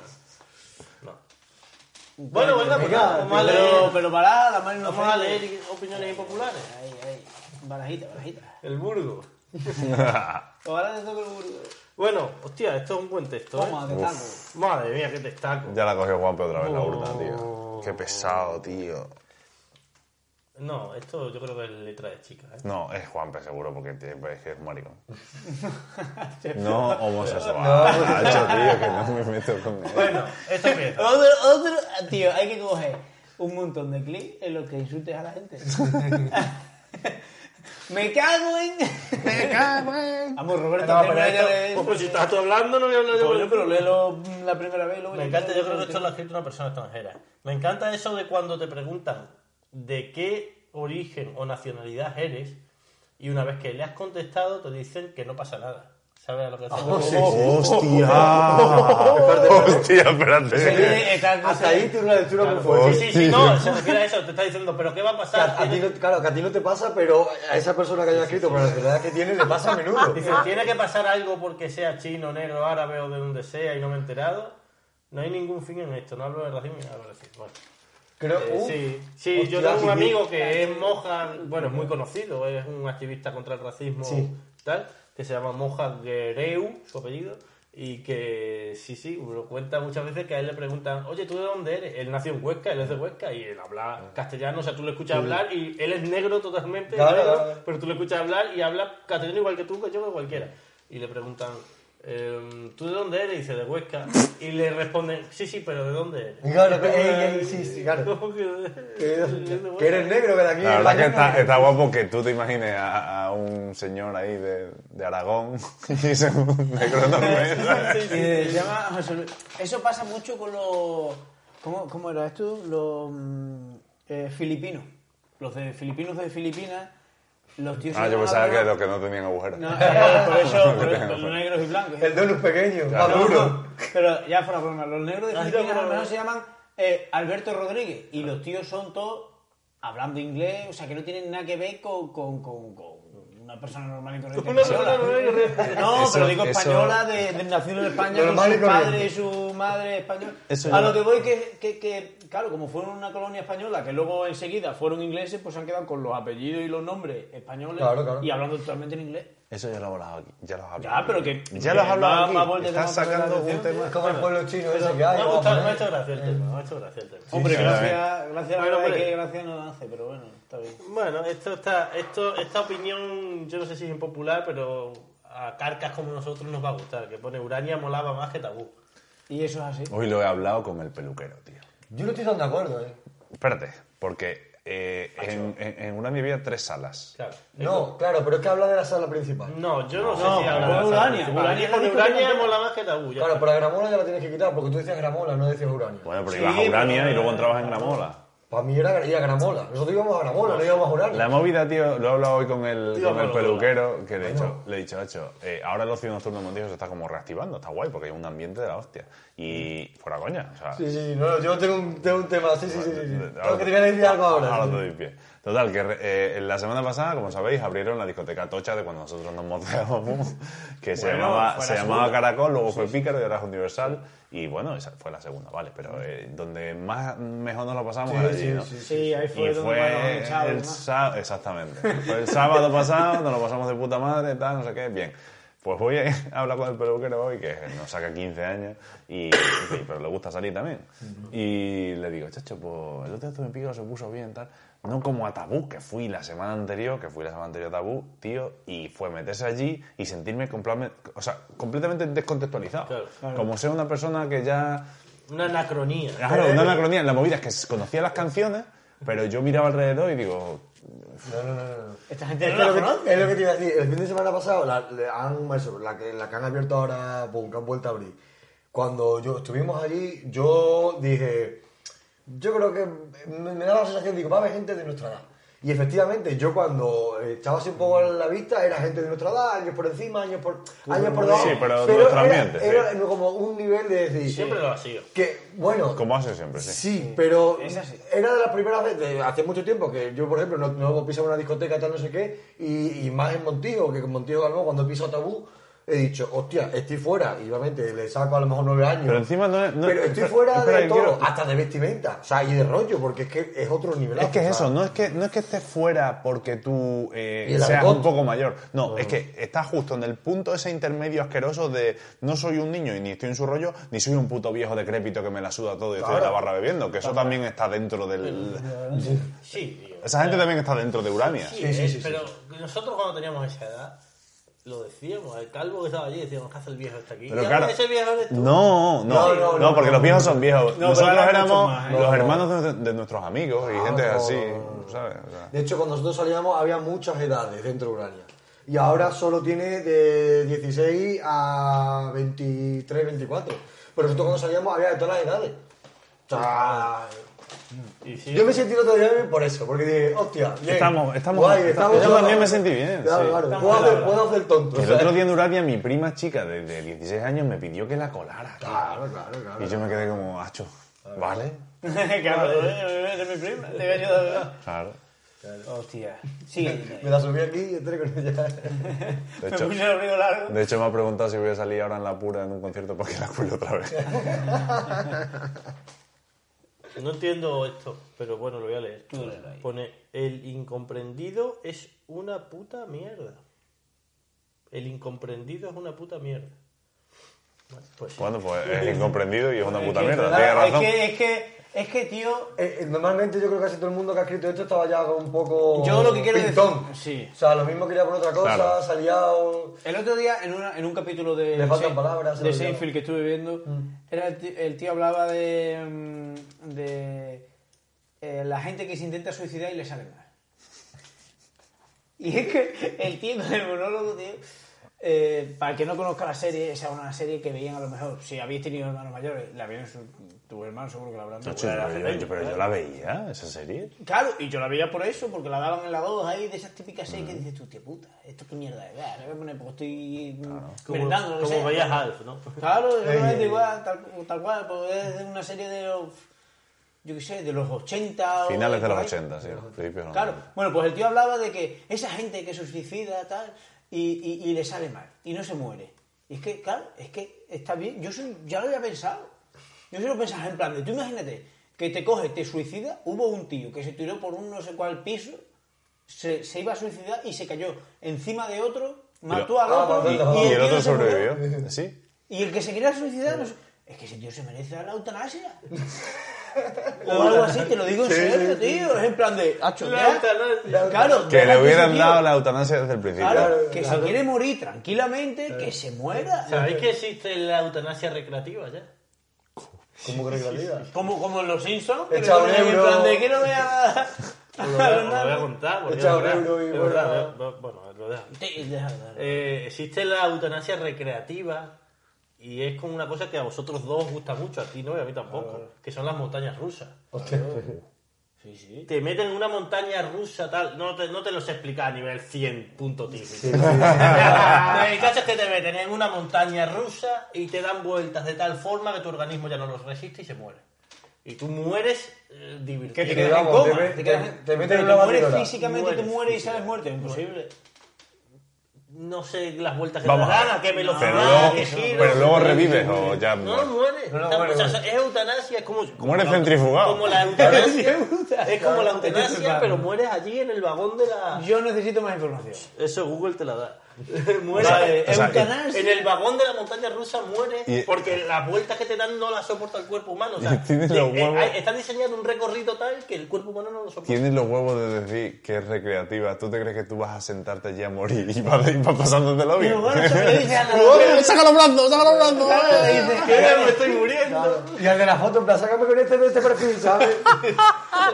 D: [laughs]
B: Bueno, venga, pues nada, vamos a
E: Pero,
B: leer,
E: pero pará, la mano no
B: vamos a
E: ofende.
B: leer opiniones impopulares. ¿eh?
E: Ahí, ahí. Barajita, barajita.
B: El Burgo.
E: Ahora te toca el burgo.
B: Bueno, hostia, esto es un buen texto. ¿eh?
E: Toma, te tango.
B: Madre mía, qué destaco.
D: ya la cogió Juanpe otra vez la urna, tío. Qué pesado, tío.
B: No, esto yo creo que es letra de chica. ¿eh?
D: No, es Juanpe seguro porque te- es que es un [laughs] maricón. no homosexual. Nacho, tío, que no me meto con él.
B: Bueno, ¿esto qué [laughs] es?
E: Otro, otro. Tío, hay que coger un montón de clics en los que insultes a la [laughs] gente. Me cago en. Me cago en. Vamos, Roberto,
B: No, pero
E: termina ya
B: esto,
E: de-
B: pues si estás tú hablando, no voy a hablar yo.
E: Coño, pero léelo la primera vez y luego.
B: Me encanta, yo creo que esto lo ha escrito una persona extranjera. Me encanta eso de cuando te preguntan de qué origen o nacionalidad eres y una vez que le has contestado te dicen que no pasa nada. ¿Sabes a lo que te
C: Oh, sí, sí. [laughs]
D: [laughs] ¡Hostia! ¡Hostia, espérate!
E: Está
C: Hasta ahí tiene una lectura muy
B: Sí,
C: fuerte.
B: sí, pues, sí, no, se refiere a eso, te está diciendo, pero ¿qué va a
C: Que a-
B: pasar?
C: a ti no- claro, que a ti no te pasa, pero a esa persona que haya escrito, por la realidad que tiene, le pasa
B: [laughs]
C: a menudo.
B: Dice, ¿tiene que pasar algo porque sea chino, negro, árabe o de donde sea y no me he enterado? No hay ningún fin en esto, no hablo de racismo ni hablo de racismo. Bueno.
C: Creo,
B: Eh,
C: uh,
B: sí, sí
C: hostia,
B: yo tengo
C: sí,
B: un amigo que es Moja, bueno, es muy conocido, es un activista contra el racismo
C: Sí.
B: tal, que se llama Moja Guereu, su apellido, y que sí, sí, lo cuenta muchas veces que a él le preguntan, oye, ¿tú de dónde eres? Él nació en Huesca, él es de Huesca, y él
C: Ah.
B: habla castellano, o sea, tú le escuchas hablar y él es negro totalmente,
C: Claro,
B: negro,
C: claro.
B: pero tú le escuchas hablar y habla castellano igual que tú, que yo, que cualquiera. Y le preguntan, "Em, ¿tú de dónde eres? Y dice, de Huesca. Y le responden, sí, sí, pero ¿de dónde eres? [laughs]
C: Claro, que- eh, eh, sí, sí, claro.
B: ¿Cómo que-
C: Que que eres negro, que de aquí.
D: La verdad que
C: mañana-
D: está, está guapo que tú te imagines a, a un señor ahí de, de Aragón [laughs] y se un negro
E: [laughs]
D: enorme. ¿sabes?
E: Y Eh, se llama José Luis. Eso pasa mucho con los. ¿Cómo, cómo era esto? Los mm, eh, filipinos. Los de filipinos de Filipinas. Los tíos.
D: Ah, yo
E: se llaman
D: pensaba que
E: algo-
D: los que no tenían agujeros.
E: No, eh, por
D: [laughs]
E: eso, por eso, los negros y blancos.
C: El donut pequeño,
E: No, no,
C: maduro.
E: pero ya fuera broma, los negros de
B: Ah, ya
E: Filipinas
B: fuera
E: al
B: broma.
E: menos se llaman eh, Alberto Rodríguez. Y los tíos son todos hablando inglés, o sea que no tienen nada que ver con, con, con- con una persona normal y corriente.
B: Una
E: española.
B: persona normal y corriente.
E: No,
D: Eso-
E: pero digo
D: eso-
E: española, de, de nación en España,
C: Normal
E: con
C: y
E: su padre
C: corriente.
E: y su madre española.
D: Eso
E: A
D: ya-
E: lo que voy que, que, que, claro, como fueron una colonia española, que luego enseguida fueron ingleses, pues se han quedado con los apellidos y los nombres españoles
C: Claro, claro.
E: y hablando totalmente en inglés.
D: Eso ya lo hemos hablado aquí. Ya lo has hablado.
E: Ya, pero que.
D: Ya lo has
E: que
D: hablado
E: va-
D: aquí.
E: va a volver
D: Estás
E: de nuevo
D: sacando
E: otra
D: un
E: vez.
D: tema.
C: Es como el pueblo chino ese que
B: Me
C: hay. ¿eh?
B: ha gustado, me ha hecho gracia el tema, me ha hecho gracia el tema.
E: Hombre,
D: Sí,
E: gracias, gracias, la
B: Bueno,
E: verdad
B: hombre.
E: que gracias no hace, pero bueno, está bien.
B: Bueno, esto está, esto, esta opinión, yo no sé si es impopular, pero a carcas como nosotros nos va a gustar, que pone Urania molaba más que tabú.
E: Y eso es así.
D: Hoy lo he hablado con el peluquero, tío.
C: Yo no estoy tan de acuerdo, ¿eh?
D: Espérate, porque eh, en, en, en Urania había tres salas.
B: Claro.
C: No, claro, pero es que habla de la sala principal.
B: No, yo no, sé
E: No,
B: si
E: pero
B: habla
E: pone
B: de la
E: Urania,
B: sala
E: Urania es
B: principal.
E: la
B: Pone
E: única que
B: Urania
E: pone-
B: mola más que tabú. ya
C: Claro,
B: está.
C: pero a Gramola ya la tienes que quitar porque tú decías Gramola, no decías Urania.
D: Bueno, pero
B: Sí,
D: ibas a Urania
B: pero-
D: y luego entrabas en Gramola.
C: Para mí era ir a Gramola. Nosotros íbamos a Gramola, no íbamos a Urania.
D: La movida, tío, lo he hablado hoy con el,
B: Tío,
D: con el
B: bueno,
D: peluquero, que le he dicho, le he dicho, "Nacho, eh, ahora el ocio nocturno en Montijo se está como reactivando, está guay, porque hay un ambiente de la hostia. Y fuera coña, o sea...
C: Sí, sí, sí, no, yo tengo un, tengo un tema. Sí, sí, sí. sí, sí.
D: Ahora-
C: Tengo que te voy a decir algo ahora.
D: Ahora te
C: sí.
D: doy pie. Total, que re- eh, la semana pasada, como sabéis, abrieron la discoteca Tocha de cuando nosotros nos moteábamos, que se
E: Bueno,
D: llamaba,
E: fue
D: se
E: la
D: llamaba
E: segunda.
D: Caracol, luego fue Pícaro y ahora es Universal. Y bueno, esa fue la segunda, vale, pero eh, donde más mejor nos lo pasamos
C: Sí,
D: era allí,
C: sí,
D: ¿no?
C: sí,
E: Sí, ahí fue
D: Y
E: donde
D: fue
E: bueno, echado,
D: el
E: ¿no?
D: sábado, exactamente. Fue el sábado pasado, nos lo pasamos de puta madre, tal, no sé qué, bien. Pues voy a hablar con el peluquero hoy, que nos saca 15 años, y, en fin, pero le gusta salir también. Y le digo, chacho, pues el otro día me pico se puso bien, tal. No como a Tabú, que fui la semana anterior, que fui la semana anterior a Tabú, tío, y fue meterse allí y sentirme complame- o sea, completamente descontextualizado.
B: Claro,
D: Como ser una persona que ya
B: Una anacronía.
D: Claro, una anacronía. La movida es que conocía las canciones, pero yo miraba alrededor y digo,
C: No, no, no, no, no.
E: Esta gente
C: [laughs] Es
E: no la
C: lo, que,
E: conoce.
C: es lo que te iba a decir. El fin de semana pasado, la, le han, eso, la, que, la que han abierto ahora, pum, que han vuelto a abrir. Cuando yo estuvimos allí, yo dije, yo creo que me, me daba la sensación, digo, va a haber gente de nuestra edad. Y efectivamente, yo cuando echaba así un poco a la vista, era gente de nuestra edad, años por encima, años por, años por
D: sí,
C: debajo.
D: pero de nuestro
C: era-
D: ambiente,
C: Era,
D: sí.
C: como un nivel de decir,
B: Siempre lo ha sido.
C: que, bueno,
D: como hace siempre, sí.
C: Sí, pero
E: Es así.
C: era de las primeras veces, hace mucho tiempo, que yo, por ejemplo, no, no pisaba una discoteca, tal, no sé qué, y, y más en Montijo, que con Montijo, a lo mejor, cuando he pisado tabú, he dicho, hostia, estoy fuera, y obviamente le saco a lo mejor nueve años.
D: Pero encima no es- no-
C: Pero estoy
D: espera,
C: fuera
D: espera,
C: de
D: que
C: todo,
D: quiero-
C: hasta de vestimenta, o sea, y de rollo, porque es que es otro nivel.
D: Es que es eso, no es que, no es que estés fuera porque tú eh,
C: Y el
D: seas
C: argot. Mm.
D: un poco mayor. No, es que estás justo en el punto ese intermedio asqueroso de no soy un niño y ni estoy en su rollo, ni soy un puto viejo decrépito que me la suda todo y estoy en la barra bebiendo, que eso también está dentro del...
B: Sí, tío.
D: Esa gente también está dentro de Urania.
B: Sí, eh, pero nosotros cuando teníamos esa edad, lo decíamos, el calvo que estaba allí decíamos, ¿qué hace el viejo este aquí?
D: Pero
B: Y
D: claro,
B: ahora ese viejo eres tú.
D: No, no,
C: No, no,
D: no,
C: no,
D: porque
C: no,
D: los
C: no,
D: viejos
C: no.
D: son viejos.
E: pero
D: Nosotros
E: ahora hay
D: éramos
E: muchos más,
D: los
C: No, no.
D: hermanos de, de nuestros amigos y gente
C: Ah, no, no,
D: así,
C: no,
D: ¿sabes? O sea,
C: De hecho, cuando nosotros salíamos había muchas edades dentro de Urania. Y ahora solo tiene de 16 a 23, 24. Pero nosotros cuando salíamos había de todas las edades. O sea,
B: Y sí,
C: yo me he sentido todavía bien por eso, porque dije, hostia, bien.
D: Estamos- estamos-
C: Guay,
D: estamos- yo también me sentí bien,
C: Claro,
D: sí.
C: claro.
D: Estamos
C: Puedo hacer,
E: celebrando.
C: puedo hacer tonto.
D: el
C: ¿sabes?
D: otro día en Urania, mi prima chica de, de 16 años me pidió que la colara. tío.
C: Claro, claro, claro.
D: Y yo me quedé como, hacho, ¿vale?
E: [laughs] Claro, eres mi prima, te voy a ayudar.
D: Claro.
E: Hostia. Sigue.
C: Me la subí aquí y entré con ella.
D: De
E: Me
D: hecho,
E: puse el río largo.
D: de hecho, me ha preguntado si voy a salir ahora en la pura en un concierto para que la cuele otra vez.
B: no entiendo esto, pero bueno, lo voy a leer.
E: Tú léelo ahí.
B: Pone, el incomprendido es una puta mierda. El incomprendido es una puta mierda. Bueno, Pues sí.
D: Bueno, pues es incomprendido y es una puta
E: Es que,
D: mierda,
E: claro,
D: tienes razón.
E: Es que, es que, es que, tío,
C: Eh, eh, normalmente yo creo que casi todo el mundo que ha escrito esto estaba ya un poco
E: Yo lo que quiero
C: pintón.
E: decir- sí.
C: O sea, lo mismo quería por otra cosa,
D: Claro.
C: se ha liado.
E: El otro día, en, una- en un capítulo de,
C: Le faltan
E: Sein-
C: palabras, se Mm.
E: de
C: lo llamo.
E: Seinfeld que estuve viendo, era el, ti- el tío, hablaba de, mm, de eh, la gente que se intenta suicidar y le sale mal. [laughs] Y es que el tío con el monólogo, tío, eh, para el que no conozca la serie, esa es una serie que veían a lo mejor, si habéis tenido hermanos mayores, la vieron su- tu hermano, seguro que la habrán visto.
D: Hacho, pero yo- yo- pero yo la veía, esa serie.
E: Claro, y yo la veía por eso, porque la daban en la 2 ahí, de esas típicas series que dices tú, tío puta, esto qué mierda es, ¿verdad? Le voy a poner, porque estoy mm,
B: como,
E: merendando, lo que
B: como
E: sea.
B: veías Alf, ¿no?
E: Claro,
C: Sí.
E: exactamente igual, tal, tal cual, porque es de una serie de los, yo qué sé, de los 80 o
D: Finales de los
E: por ahí.
D: 80, sí. Principios de los
E: Claro,
D: 90.
E: bueno, pues el tío hablaba de que esa gente que se suicida tal, y, y- y le sale mal, y no se muere. Y es que, claro, es que está bien, yo soy- ya lo había pensado. Yo solo pensaba en plan de, tú imagínate, que te coge, te suicida, hubo un tío que se tiró por un no sé cuál piso, se, se iba a suicidar y se cayó encima de otro mató al
C: Ah,
E: otro
C: mató
E: y,
C: al otro.
E: el
D: Y el
E: tío
D: otro
E: se murió.
D: sobrevivió. Sí.
E: Y el que se quería suicidar, no sé- es que ese tío se merece la eutanasia. o algo así, te lo digo en serio, tío. Es en plan de, hacho,
B: La
E: ya.
B: eutanasia.
E: Claro,
D: Que le
E: déjate
D: hubieran
E: ese tío.
D: dado la eutanasia desde el principio.
E: Claro, que si quiere morir tranquilamente, que se muera. eh,
B: ¿Sabéis que existe la eutanasia recreativa ya?
E: [laughs]
C: ¿Cómo crees que la vida?
E: Como, como en los Simpsons, que le
C: Echa un
E: ponían en
C: euro.
E: plan de que no vea.
B: Os Lo voy a, os lo voy a contar. porque
C: Echa
B: es
C: un
B: verdad,
C: euro y
B: es
C: bueno.
B: verdad, ve- ve- Bueno, lo dejo.
E: Te- deja, deja.
B: Eh, existe la eutanasia recreativa y es como una cosa que a vosotros dos os gusta mucho, a ti no y a mí tampoco, que son las montañas rusas.
C: Hostia.
E: Sí, sí.
B: Te meten en una montaña rusa tal, no te, no te los explica a nivel 100 punto [laughs]
C: Sí,
B: típico.
C: sí, sí.
B: El caso es que te meten en una montaña rusa y te dan vueltas de tal forma que tu organismo ya no los resiste y se muere. Y tú mueres eh, divirtiéndote.
E: Que te
C: quedas
E: quedas en
C: vamos,
E: coma.
C: te-
E: Te, quedas en-
C: te- te meten
E: pero
C: en una
E: mueres
C: batidora.
E: físicamente, te
B: Mueres
E: mueres y sales muerto. Imposible.
B: No sé las vueltas que
D: Vamos
B: te
D: a
B: dan,
D: ver.
B: a qué velocidad,
D: Pero luego-
B: qué giro.
D: pero luego revives o ya
B: No,
D: mueres.
B: mueres.
C: No, no,
B: Tampoco-
C: mueres,
B: o sea, es eutanasia, es como.
D: Como eres centrifugado.
B: Como
D: [laughs]
B: la eutanasia. es como la
C: Claro, te tienes
B: eutanasia,
C: raro.
B: pero mueres allí en el vagón de la.
E: Yo necesito más información.
B: Eso Google te la da. [laughs]
E: O
B: mueres.
E: sea,
B: en-
D: o sea,
E: eutanasia.
B: en el vagón de la montaña rusa mueres
D: Y-
B: porque las vueltas que te dan no las soporta el cuerpo humano. O
D: Y [laughs]
B: sea,
D: tienes
B: eh,
D: los
B: eh,
D: huevos.
B: hay- está diseñado un recorrido tal que el cuerpo humano no lo soporta.
D: Tienes los huevos de decir que es recreativa. ¿Tú te crees que tú vas a sentarte allí a morir y vas, y vas pasándotelo bien?
E: Pero
D: [laughs]
E: bueno, se le dice a la-
D: ¡Sácalo blando! ¡Sácalo blando!
E: Claro, le dice,
B: [laughs] Yo ya me estoy muriendo.
C: Y al de la foto, en plan, sácame con este de este perfil,
E: [laughs]
C: ¿sabes?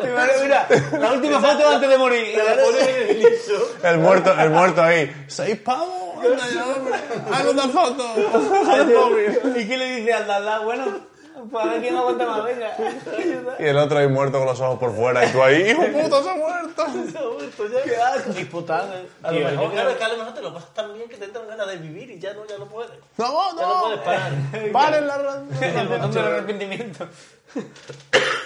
E: Mira, la última foto antes de morir. Y la
B: Pones en el liso.
D: El muerto, el muerto ahí. ¡Seis pavos! ¡Anda ya, hombre! ¡Haz una foto!
E: ¿Y qué le dice al Dada? Bueno, para ver quién aguanta más, venga.
D: Y el otro ahí muerto con los ojos por fuera. Y tú ahí, ¡hijo puto, se ha muerto!
E: Qué asco. Disputando.
B: A lo
E: Tío,
B: mejor, claro,
E: yo creo-
B: es que a lo mejor te lo pasas tan bien que te entran ganas de vivir y ya no, ya no puedes.
D: ¡No,
B: Ya no puedes
D: no!
B: parar.
D: [laughs] ¡Paren la
E: [laughs]
D: radio!
E: El botón del arrepentimiento.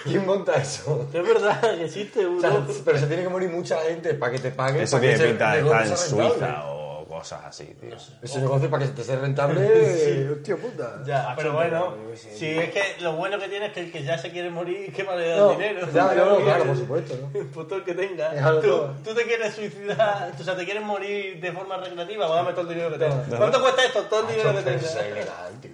C: ¿Quién monta eso?
B: Es verdad que existe
C: O
B: uno.
C: sea, pero se tiene que morir mucha gente para que te paguen.
D: Eso
C: para que
D: tiene
C: ese
D: pinta de
C: negocio
D: estar en
C: sea rentable.
D: Suiza o cosas así, tío.
C: Ese negocio para que te sea
E: [laughs]
C: rentable. Hostia puta.
B: Ya, pero bueno, si es que lo bueno que tiene es que el que ya se quiere morir, qué mal le da
C: No,
B: el dinero. Pues
C: ya, yo lo- claro, por supuesto,
B: [laughs]
C: ¿no?
B: El puto que
C: Déjalo
B: tenga. Tú,
C: todo.
B: tú te quieres suicidar, o sea, te quieres morir de forma recreativa, pues dame todo el dinero que tengas.
D: Dame.
B: ¿Cuánto cuesta esto? Todo el dinero que
C: Pero
B: tengas.
C: eso es ilegal, tío.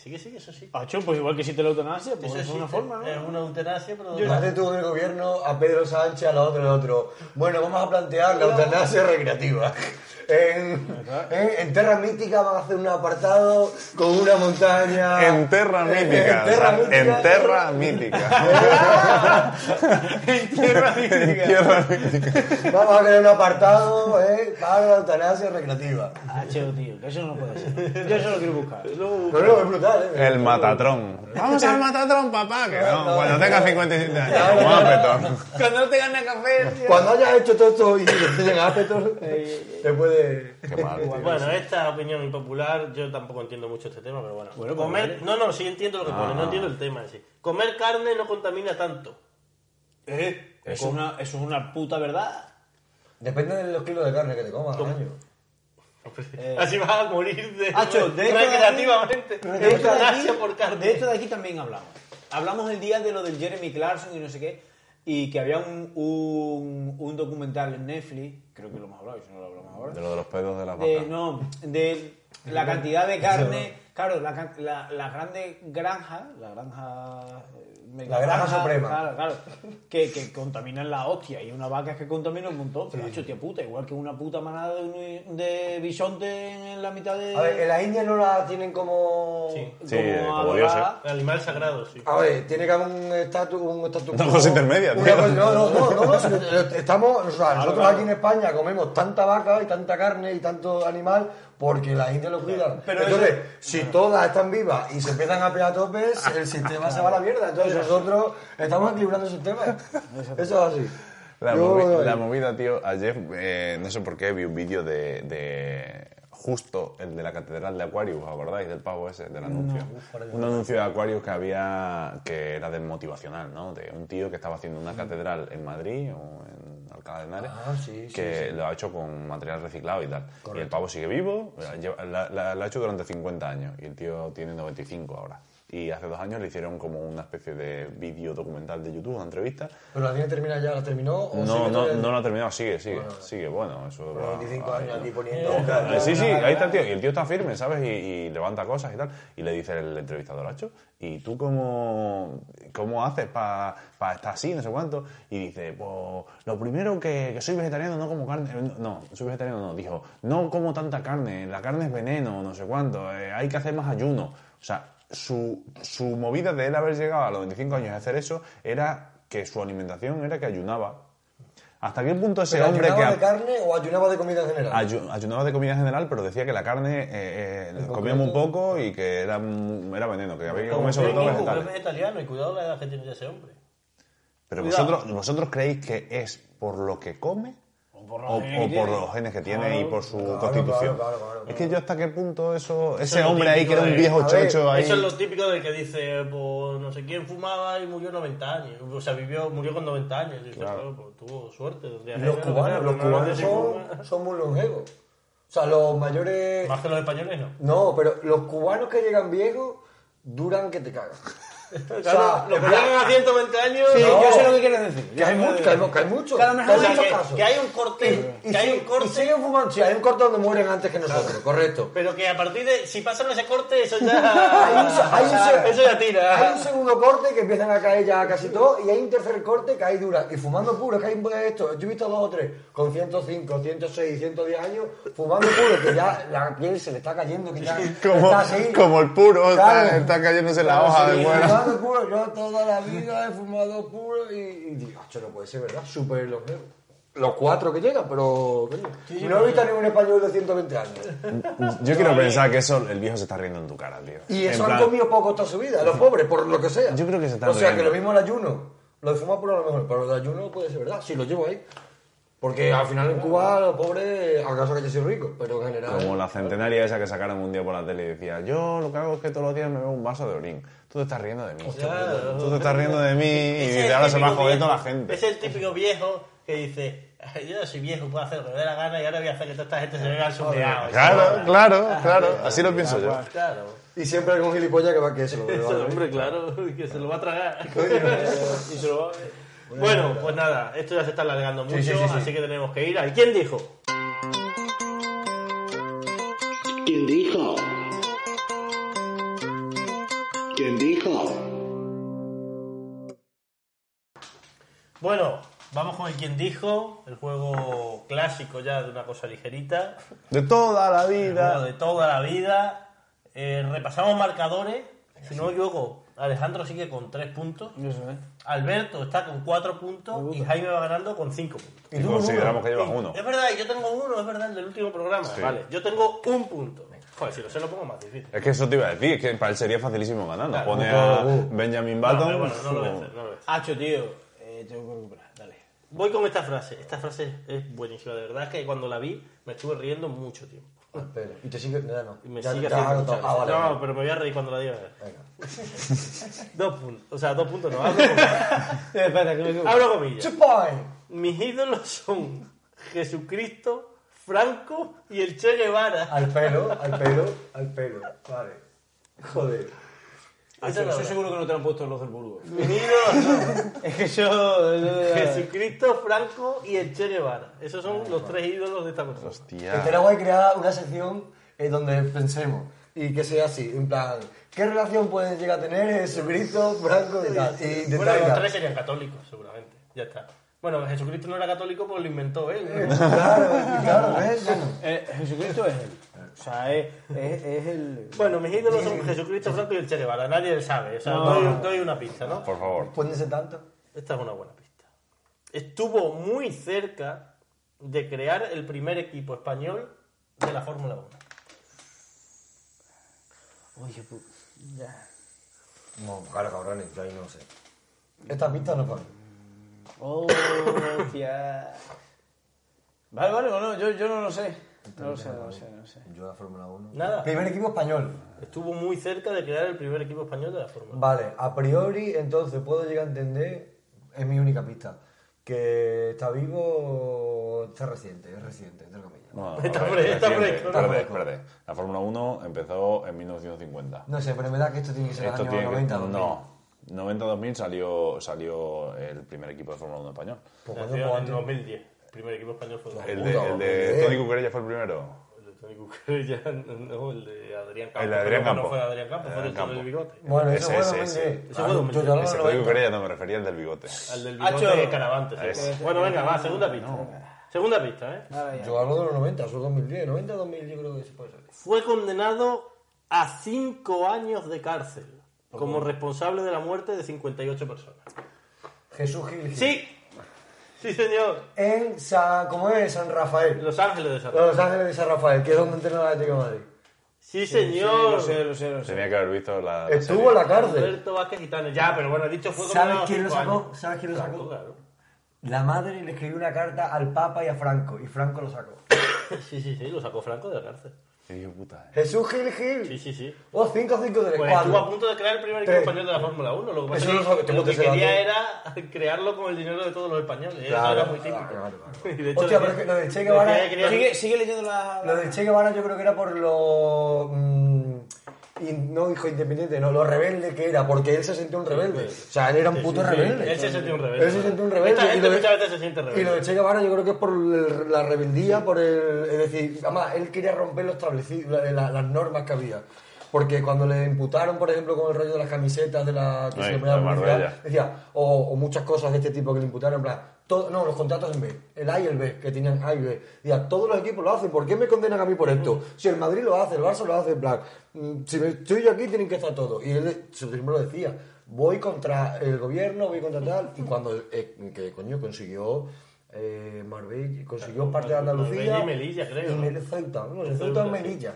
B: Sí, que sí, eso sí.
E: Acho, pues igual que si te lo eutanasia, pues
B: Eso
E: es una
B: existe.
E: forma, ¿no?
B: Es una eutanasia, pero...
C: Hace tú en el gobierno a Pedro Sánchez, a los otros, a los otros. Bueno, vamos a plantear la eutanasia recreativa. En, en, en Terra Mítica van a hacer un apartado con una montaña.
D: En Terra Mítica.
C: En Terra
D: o sea,
C: Mítica.
D: En Terra Mítica. [laughs] En Tierra Mítica.
C: Vamos a crear un apartado eh, para la eutanasia recreativa.
E: Acho, Ah, tío, que eso no puede ser. [laughs] Yo eso lo quiero buscar.
C: No, no, es brutal, ¿eh?
D: El Matatrón. Vamos al Matatrón, papá. Que no, cuando tenga 57 años. Como apetón.
E: Cuando no te gana café, tío.
C: Cuando hayas hecho todo esto y te enseñen a Petor, te puede.
D: Qué mal, tío.
B: Bueno, esta opinión impopular, yo tampoco entiendo mucho este tema, pero bueno.
E: Bueno, pues Ah.
B: comer, no, no, sí entiendo lo que pone, no entiendo el tema en sí. Comer carne no contamina tanto.
E: Eh, eso es una, eso es una puta verdad.
C: Depende de los kilos de carne que te comas al año.
B: [laughs] Así vas a morir de
E: [laughs] Hacho, de esto de aquí-
B: recreativamente.
E: [laughs] de esto de aquí-
B: Eutanasia por carne.
E: De esto de aquí también hablamos. Hablamos el día de lo del Jeremy Clarkson y no sé qué, y que había un, un, un documental en Netflix, creo que lo hemos hablado, y si no lo hablamos ahora,
D: De lo de los pedos de la
E: de,
D: vaca.
E: no, de la cantidad de carne, claro, la, can- la, la grande granja, la granja... eh, mega
C: granja suprema.
E: Claro, claro, que, que contaminan la hostia, y una vaca es que contamina un montón, pero hecho, tía puta, igual que una puta manada de, un- de bisonte en la mitad de...
C: A ver, eh, en la India no la tienen como.
B: Sí.
D: Sí, eh,
E: como
D: como
E: adorada.
D: dioses.
B: Animal sagrado, sí.
C: A ver, tiene que haber un estatus. Un estatus
D: Una cosa intermedia,
C: Una
D: tío.
C: cosa- No, no, no, no, no, si- eh, Estamos, o sea, nosotros aquí en España comemos tanta vaca y tanta carne y tanto animal porque la India lo cuida.
E: Pero
C: Entonces,
E: eso-
C: si todas están vivas y se empiezan a pegar a topes, el sistema se va a la mierda. Entonces, nosotros estamos equilibrando el sistema. Eso es así.
D: La,
C: Yo
D: movi-
C: lo veo
D: la
C: ahí.
D: movida, tío, ayer, eh, no sé por qué, vi un vídeo de, de justo el de la Catedral de Aquarius, ¿os acordáis? Del pavo ese, del anuncio. un anuncio de Aquarius que había, que era desmotivacional, ¿no? De un tío que estaba haciendo una catedral en Madrid o en Alcalá de Henares,
C: Ah, sí, sí,
D: que lo ha hecho con material reciclado y tal. Y el pavo sigue vivo, lleva- la, la- la ha hecho durante 50 años y el tío tiene 95 ahora. Y hace dos años le hicieron como una especie de vídeo documental de YouTube, una entrevista.
C: ¿Pero la tiene terminada ya? ¿La terminó? ¿O
D: No,
C: sigue
D: no,
C: todavía?
D: no lo ha terminado, sigue, sigue, sigue. Bueno, eso.
C: Por
D: va-
C: 25
D: ahí
C: años
D: va.
C: aquí poniendo.
D: Eh, sí, sí, ahí está el tío. Y el tío está firme, ¿sabes? Y, y levanta cosas y tal. Y le dice el entrevistador, Hacho, ¿y tú cómo, cómo haces para estar así, no sé cuánto? Y dice, pues lo primero que, que soy vegetariano, no como carne. eh, No, soy vegetariano, no. Dijo, no como tanta carne, la carne es veneno, no sé cuánto, eh, hay que hacer más ayuno. O sea, su, su movida de él haber llegado a los 25 años a hacer eso era que su alimentación era que ayunaba. ¿Hasta qué punto ese
C: ¿Pero
D: hombre que...
C: ayunaba
D: ha-
C: de carne o ayunaba de comida en general?
D: Ayu- ayunaba de comida en general, pero decía que la carne eh, eh, comía muy poco y que era, mm, era veneno, que había que comer sobre todo
B: Pero es
D: vegetales.
B: vegetariano y cuidado la edad que tiene ese hombre.
D: Pero
B: Cuidado.
D: vosotros, vosotros creéis que es por lo que come o por los,
E: genes que tiene.
D: genes que tiene y por su
C: claro,
D: constitución.
C: claro, claro, claro.
D: Es que yo hasta qué punto eso, ese
B: es lo
D: hombre ahí que
B: típico
D: era un
B: de-
D: viejo
C: a ver,
D: chocho ahí.
B: Eso es lo típico de que dice, pues no sé quién fumaba y murió 90 años. O sea, vivió, murió con 90 años. Y dices,
D: Claro.
B: claro, pues tuvo suerte. o sea,
C: Los
B: era-
C: cubanos, los
B: no, no,
C: cubanos
B: sí,
C: son,
B: fuma.
C: son muy longevos. O sea, los mayores...
B: Más que los españoles, no.
C: No, pero los cubanos que llegan viejos duran que te cagas.
B: Claro,
C: sea,
B: los que llegan a 120 años...
E: Sí,
B: no.
E: Eh, yo sé lo que quieres decir.
C: Que hay, mucho, que hay, mu- que hay mucho.
E: Que a lo mejor
B: O
C: que hay
B: sea,
C: muchos
B: que-
C: casos.
B: que hay un corte,
C: Y
B: que hay
C: sí-
B: un corte
C: y siguen fumando. Sí, hay un corte donde mueren antes que nosotros, correcto.
B: Pero que a partir de. Si pasan ese corte, eso
C: [laughs] Hay un, se-
B: ya.
C: hay
B: [laughs]
C: un se-
B: eso ya
C: hay un
B: tira.
C: segundo corte que empiezan a caer ya casi todos y hay un tercer corte que hay dura. Y fumando puro, que hay un- esto. Yo he visto dos o tres con 105, 106, 110 años fumando puro, que ya la piel se le está cayendo, que ya
D: Como,
C: está así.
D: como el puro,
C: Claro.
D: está, está cayéndose la
C: Claro,
D: hoja
C: sí,
D: de fuera.
C: fumando puro. Yo toda la vida he fumado puro y, y digo, "Acho, no puede ser, ¿verdad? Súper los Los cuatro que llegan, pero. coño, no he visto a ningún español de 120 años.
D: Yo quiero pensar que eso el viejo se está riendo en tu cara, tío.
C: Y
D: En
C: eso
D: plan,
C: han comido poco toda su vida, los pobres, por lo que sea.
D: Yo creo que se están
C: O sea, que
D: riendo.
C: lo mismo el ayuno. Lo de fumar puro a lo mejor, pero el ayuno puede ser verdad, si lo llevo ahí. Porque al final en Cuba, los pobres, acaso que yo soy rico, pero en general.
D: Como la centenaria esa que sacaron un día por la tele y decía, yo lo que hago es que todos los días me bebo un vaso de orín. Tú te estás riendo de mí.
B: Claro.
D: Tú te estás riendo de mí y
B: Ese es
D: dice,
B: el
D: ahora se va a
B: típico
D: joder toda la
B: viejo-
D: gente.
B: Es el típico viejo que dice: Yo soy viejo, puedo hacer lo que me dé la gana y ahora voy a hacer que toda esta gente se vea al sundeado.
D: Claro, claro, claro. Así lo pienso yo.
B: Claro.
C: Y siempre algún gilipollas que va que eso.
B: Ese [laughs] hombre, claro, que se lo va a
C: [laughs]
B: tragar. y se lo va a beber. Bueno, pues nada, esto ya se está alargando mucho,
C: sí, sí, sí.
B: así que tenemos que ir. ¿A quién dijo?
G: ¿Quién dijo? ¿Quién dijo?
B: Bueno, vamos con el quien dijo, el juego clásico ya de una cosa ligerita,
D: De toda la
B: el juego
D: vida.
B: de toda la vida. Eh, repasamos marcadores, si no me equivoco, Alejandro sigue con 3 puntos,
E: Eso, ¿eh?
B: Alberto está con 4 puntos y Jaime va ganando con 5 puntos.
D: Y consideramos que llevas uno.
B: Es verdad, yo tengo uno, es verdad, el del último programa. Vale, yo tengo un punto. Joder, si lo sé lo pongo más difícil.
D: Es que eso te iba a decir, es que para él sería facilísimo ganar. Nos
B: Claro.
D: pone a Benjamin
B: No, pero bueno, no lo
D: Button.
B: voy a hacer, no lo voy a hacer.
E: Hacho, tío. Eh, tengo que recuperar. Dale. Eh,
B: Voy con esta frase. Esta frase es buenísima. De verdad es que cuando la vi me estuve riendo mucho tiempo.
C: Y te sigue. Ya no.
B: Y me
C: Ya-
B: sigue
C: ya has
B: haciendo
C: agotado.
B: mucha
C: Ah, vale.
B: gracia.
C: vale.
B: No, pero me voy a reír cuando la diga. [laughs] dos puntos. O sea, dos puntos no. Abro comillas.
E: Eh, espera, que me equivoco.
B: Abro comillas.
C: Two point.
B: Mis ídolos son Jesucristo, Franco y el Che Guevara.
C: Al pelo, al pelo, al pelo. Vale. Joder.
B: Esa
E: Hacho,
B: es la
E: estoy
B: verdad.
E: Ah, seguro que no te lo han puesto los del Burgos.
B: Mis ídolos son
E: Es que yo.
B: Jesucristo, Franco y el Che Guevara. Esos son los tres ídolos de esta persona.
D: Hostia.
B: Este
C: Estaría guay crear una sección eh, donde pensemos y que sea así, en plan, ¿qué relación pueden llegar a tener Jesucristo, Franco y tal? Y de
B: Bueno,
C: tal y
B: los
C: tal.
B: tres serían católicos, seguramente. Ya está. Bueno, Jesucristo no era católico, pues lo inventó él. ¿no?
C: Eh.
D: [laughs]
C: Claro, claro, ¿ves? Bueno,
E: Eh, Jesucristo es él. O sea, es, es, es el.
B: Bueno, mis ídolos son Jesucristo Franco y el Che Guevara. Nadie lo sabe. O sea, doy, doy una pista, ¿no?
D: Por favor.
C: pueden ser tanto.
B: Esta es una buena pista. Estuvo muy cerca de crear el primer equipo español de la Fórmula 1.
E: Oye, pu- ya.
C: No, claro, cabrones, yo ahí no sé. Esta pista no para.
E: Oh, [coughs] hostia. Vale, vale, bueno, yo, yo no lo sé. No lo sé, no lo sé, no lo sé.
C: Yo la Fórmula 1.
B: Nada.
C: Primer equipo español.
B: Estuvo muy cerca de crear el primer equipo español de la Fórmula 1.
C: Vale, a priori, entonces puedo llegar a entender, es mi única pista, que está vivo, está reciente, es reciente, entre comillas. No,
D: No, no,
B: Está
D: a ver,
B: fresco, está
D: reciente.
B: fresco,
D: Espérate,
C: ¿no?
D: espérate. La Fórmula 1 empezó en 1950.
C: sé, pero me da que esto tiene que ser
D: Esto
C: el
D: tiene
C: año
D: que-
C: 90. 2000.
D: No. 90-2000 salió, salió el primer equipo de Fórmula 1 español.
C: Pues cuando
B: Nació en
C: cuando-
B: 2010. El primer equipo español fue
D: El
C: Puta,
D: de, el de
C: hombre.
D: Tony Cucurella fue el primero.
B: El de Tony [laughs] Cucurella, no, el de Adrián Campos.
D: El de Adrián
B: pero No
D: Campos.
B: fue Adrián Campos, fue el
D: Adrián
B: del bigote.
C: Bueno, eso
D: Ese,
C: fue
D: ese,
C: 2010.
D: ese.
B: Ese fue 2010.
C: yo hablaba
D: Ese
C: de
D: Tony
C: 90.
D: Cucurella no me refería al del bigote.
B: Al del
E: Hacho.
B: bigote de Caravante. sí.
D: Ese.
B: Bueno, venga, va, segunda pista. Segunda pista, ¿eh?
E: Ahora ya.
C: Yo hablo de los 90, eso es 2010, 90, 2000, yo creo que se puede ser.
B: Fue condenado a cinco años de cárcel como responsable de la muerte de 58 personas.
C: Jesús Gil. Gil.
B: Sí, sí señor.
C: En San, ¿cómo es? San Rafael.
B: Los Ángeles de San Rafael.
C: Los Ángeles de San Rafael, que es donde entrenó el Atlético de Madrid.
B: Sí
E: Sí,
B: señor.
E: lo sé, lo sé, lo sé.
D: Tenía que haber visto la. la
C: Estuvo en la cárcel.
B: Alberto Vázquez Gitano. Ya, pero bueno, he dicho fue
C: ¿Sabes
B: condenado a
C: quién lo
B: cinco
C: sacó?
B: años.
C: ¿Sabes quién lo
B: Claro,
C: sacó?
B: claro.
C: La madre le escribió una carta al Papa y a Franco, y Franco lo sacó.
B: Sí, sí, sí, lo sacó Franco de la cárcel.
D: serie. Hijo de puta, eh.
C: Jesús Gil
B: Sí,
C: Gil.
B: sí, sí.
C: Oh, 5 5 3
B: Pues
C: 4.
B: estuvo a punto de crear el primer equipo
C: Tres.
B: español de la Fórmula 1. Lo que pasa
C: Eh, Eso
B: es
C: no es lo que
B: que,
C: te
B: lo que
C: cuentes el
B: quería
C: dato.
B: era [laughs] crearlo con el dinero de todos los españoles. Eso
C: Claro,
B: era muy típico.
C: claro, claro, claro.
B: Y [laughs] de hecho, decía-
C: Hostia, pero es que lo de Che
B: decía
C: Guevara-
B: que quería-
E: Sigue, sigue leyendo la...
C: Lo del Che Guevara yo creo que era por lo... mm, in- no hijo independiente, no, lo rebelde que era, porque él se sintió un rebelde. O sea, él era un puto
B: pues. sí, sí.
C: rebelde.
B: Él se sintió un rebelde.
C: Él se sintió un rebelde.
B: Esta
C: y
B: gente
C: lo de-
B: muchas veces se siente rebelde.
C: Y lo de Che Guevara yo creo que es por el- la rebeldía, por el... Es decir, además, él quería romper lo establecido, la- la- las normas que había. Porque cuando le imputaron, por ejemplo, con el rollo de las camisetas de la que
D: Ay,
C: se le ponía
D: de
C: la
D: Marbella.
C: publicidad, decía, o, o muchas cosas de este tipo que le imputaron, en plan, todo- no, los contratos en B, el A y el B, que tenían A y B. Decía, todos los equipos lo hacen, ¿por qué me condenan a mí por
B: Mm.
C: esto? Si el Madrid lo hace, el Barça lo hace, en plan, mm, si me- estoy yo aquí tienen que estar todos. Y él siempre lo decía, voy contra el gobierno, voy contra tal, y cuando, eh, que coño, consiguió... Eh, Marbella, consiguió parte de Andalucía
B: Marbella y Melilla, creo,
C: y
B: ¿no?
C: Mel- Ceuta, no, el Ceuta
B: Ceuta,
C: es
B: sí.
C: Melilla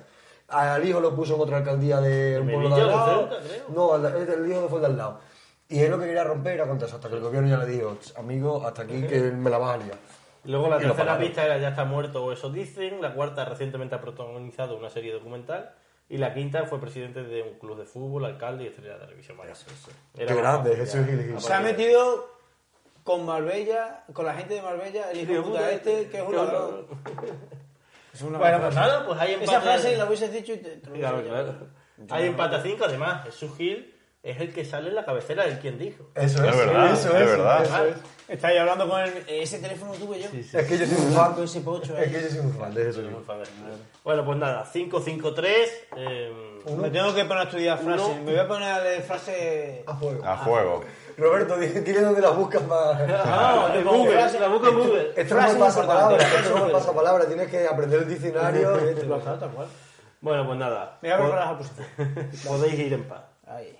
C: al hijo lo puso en otra alcaldía de un pueblo de
B: Melilla
C: al
B: o de
C: lado.
B: Ceuta, creo.
C: No, al- el, el hijo fue de al lado. Y él lo que quería romper era contra eso, hasta que el gobierno ya le dijo, "Ch, amigo, hasta aquí que me la vas a liar.
B: Luego la
C: Y lo
B: tercera
C: pagaron.
B: pista era Ya está muerto o eso dicen. La cuarta recientemente ha protagonizado una serie documental. Y la quinta fue presidente de un club de fútbol, alcalde y estrella de la televisión. Vaya. Era
C: Qué
B: más
C: grande,
B: fácil,
C: Jesús
B: ya.
C: Gil Gil.
E: Se ha metido con Marbella, con la gente de Marbella, el hijo de puta este, que es un ladrón. Es una
B: Bueno,
E: buena
B: pues
E: frase.
B: nada, pues hay empate.
E: Esa frase la hubieses dicho y te, te lo
B: [laughs] Claro,
E: hubiese
B: claro. Hay empate a cinco, además. Jesús Gil es el que sale en la cabecera del quien dijo.
C: Eso
D: Es
C: es,
D: verdad,
C: eso
D: es
C: es,
D: verdad.
C: eso es.
E: Estáis hablando con el- ese teléfono tuve yo.
C: Es que yo soy un fan,
E: Con ese pocho ahí.
C: es que yo soy un fan de Jesús.
B: Muy padre. Bueno, pues nada, 5-5-3. Eh,
E: Me tengo que poner a estudiar frases.
B: Uno.
E: Me voy a poner a leer frases.
C: A fuego.
D: A fuego.
C: Roberto, di- dile dónde las buscas más.
B: ah,
E: yo
B: en
E: pongo
B: Google,
E: frases.
B: la busco en Google.
C: Esto no es
E: Frases
C: pasapalabra,
E: importantes.
C: esto no es pasapalabra, tienes que aprender el diccionario. y esto.
E: Claro, tal cual.
B: [laughs] Bueno, pues nada,
E: Me voy
B: [laughs]
E: a preparar las oposiciones.
B: podéis ir en paz.
E: Ahí.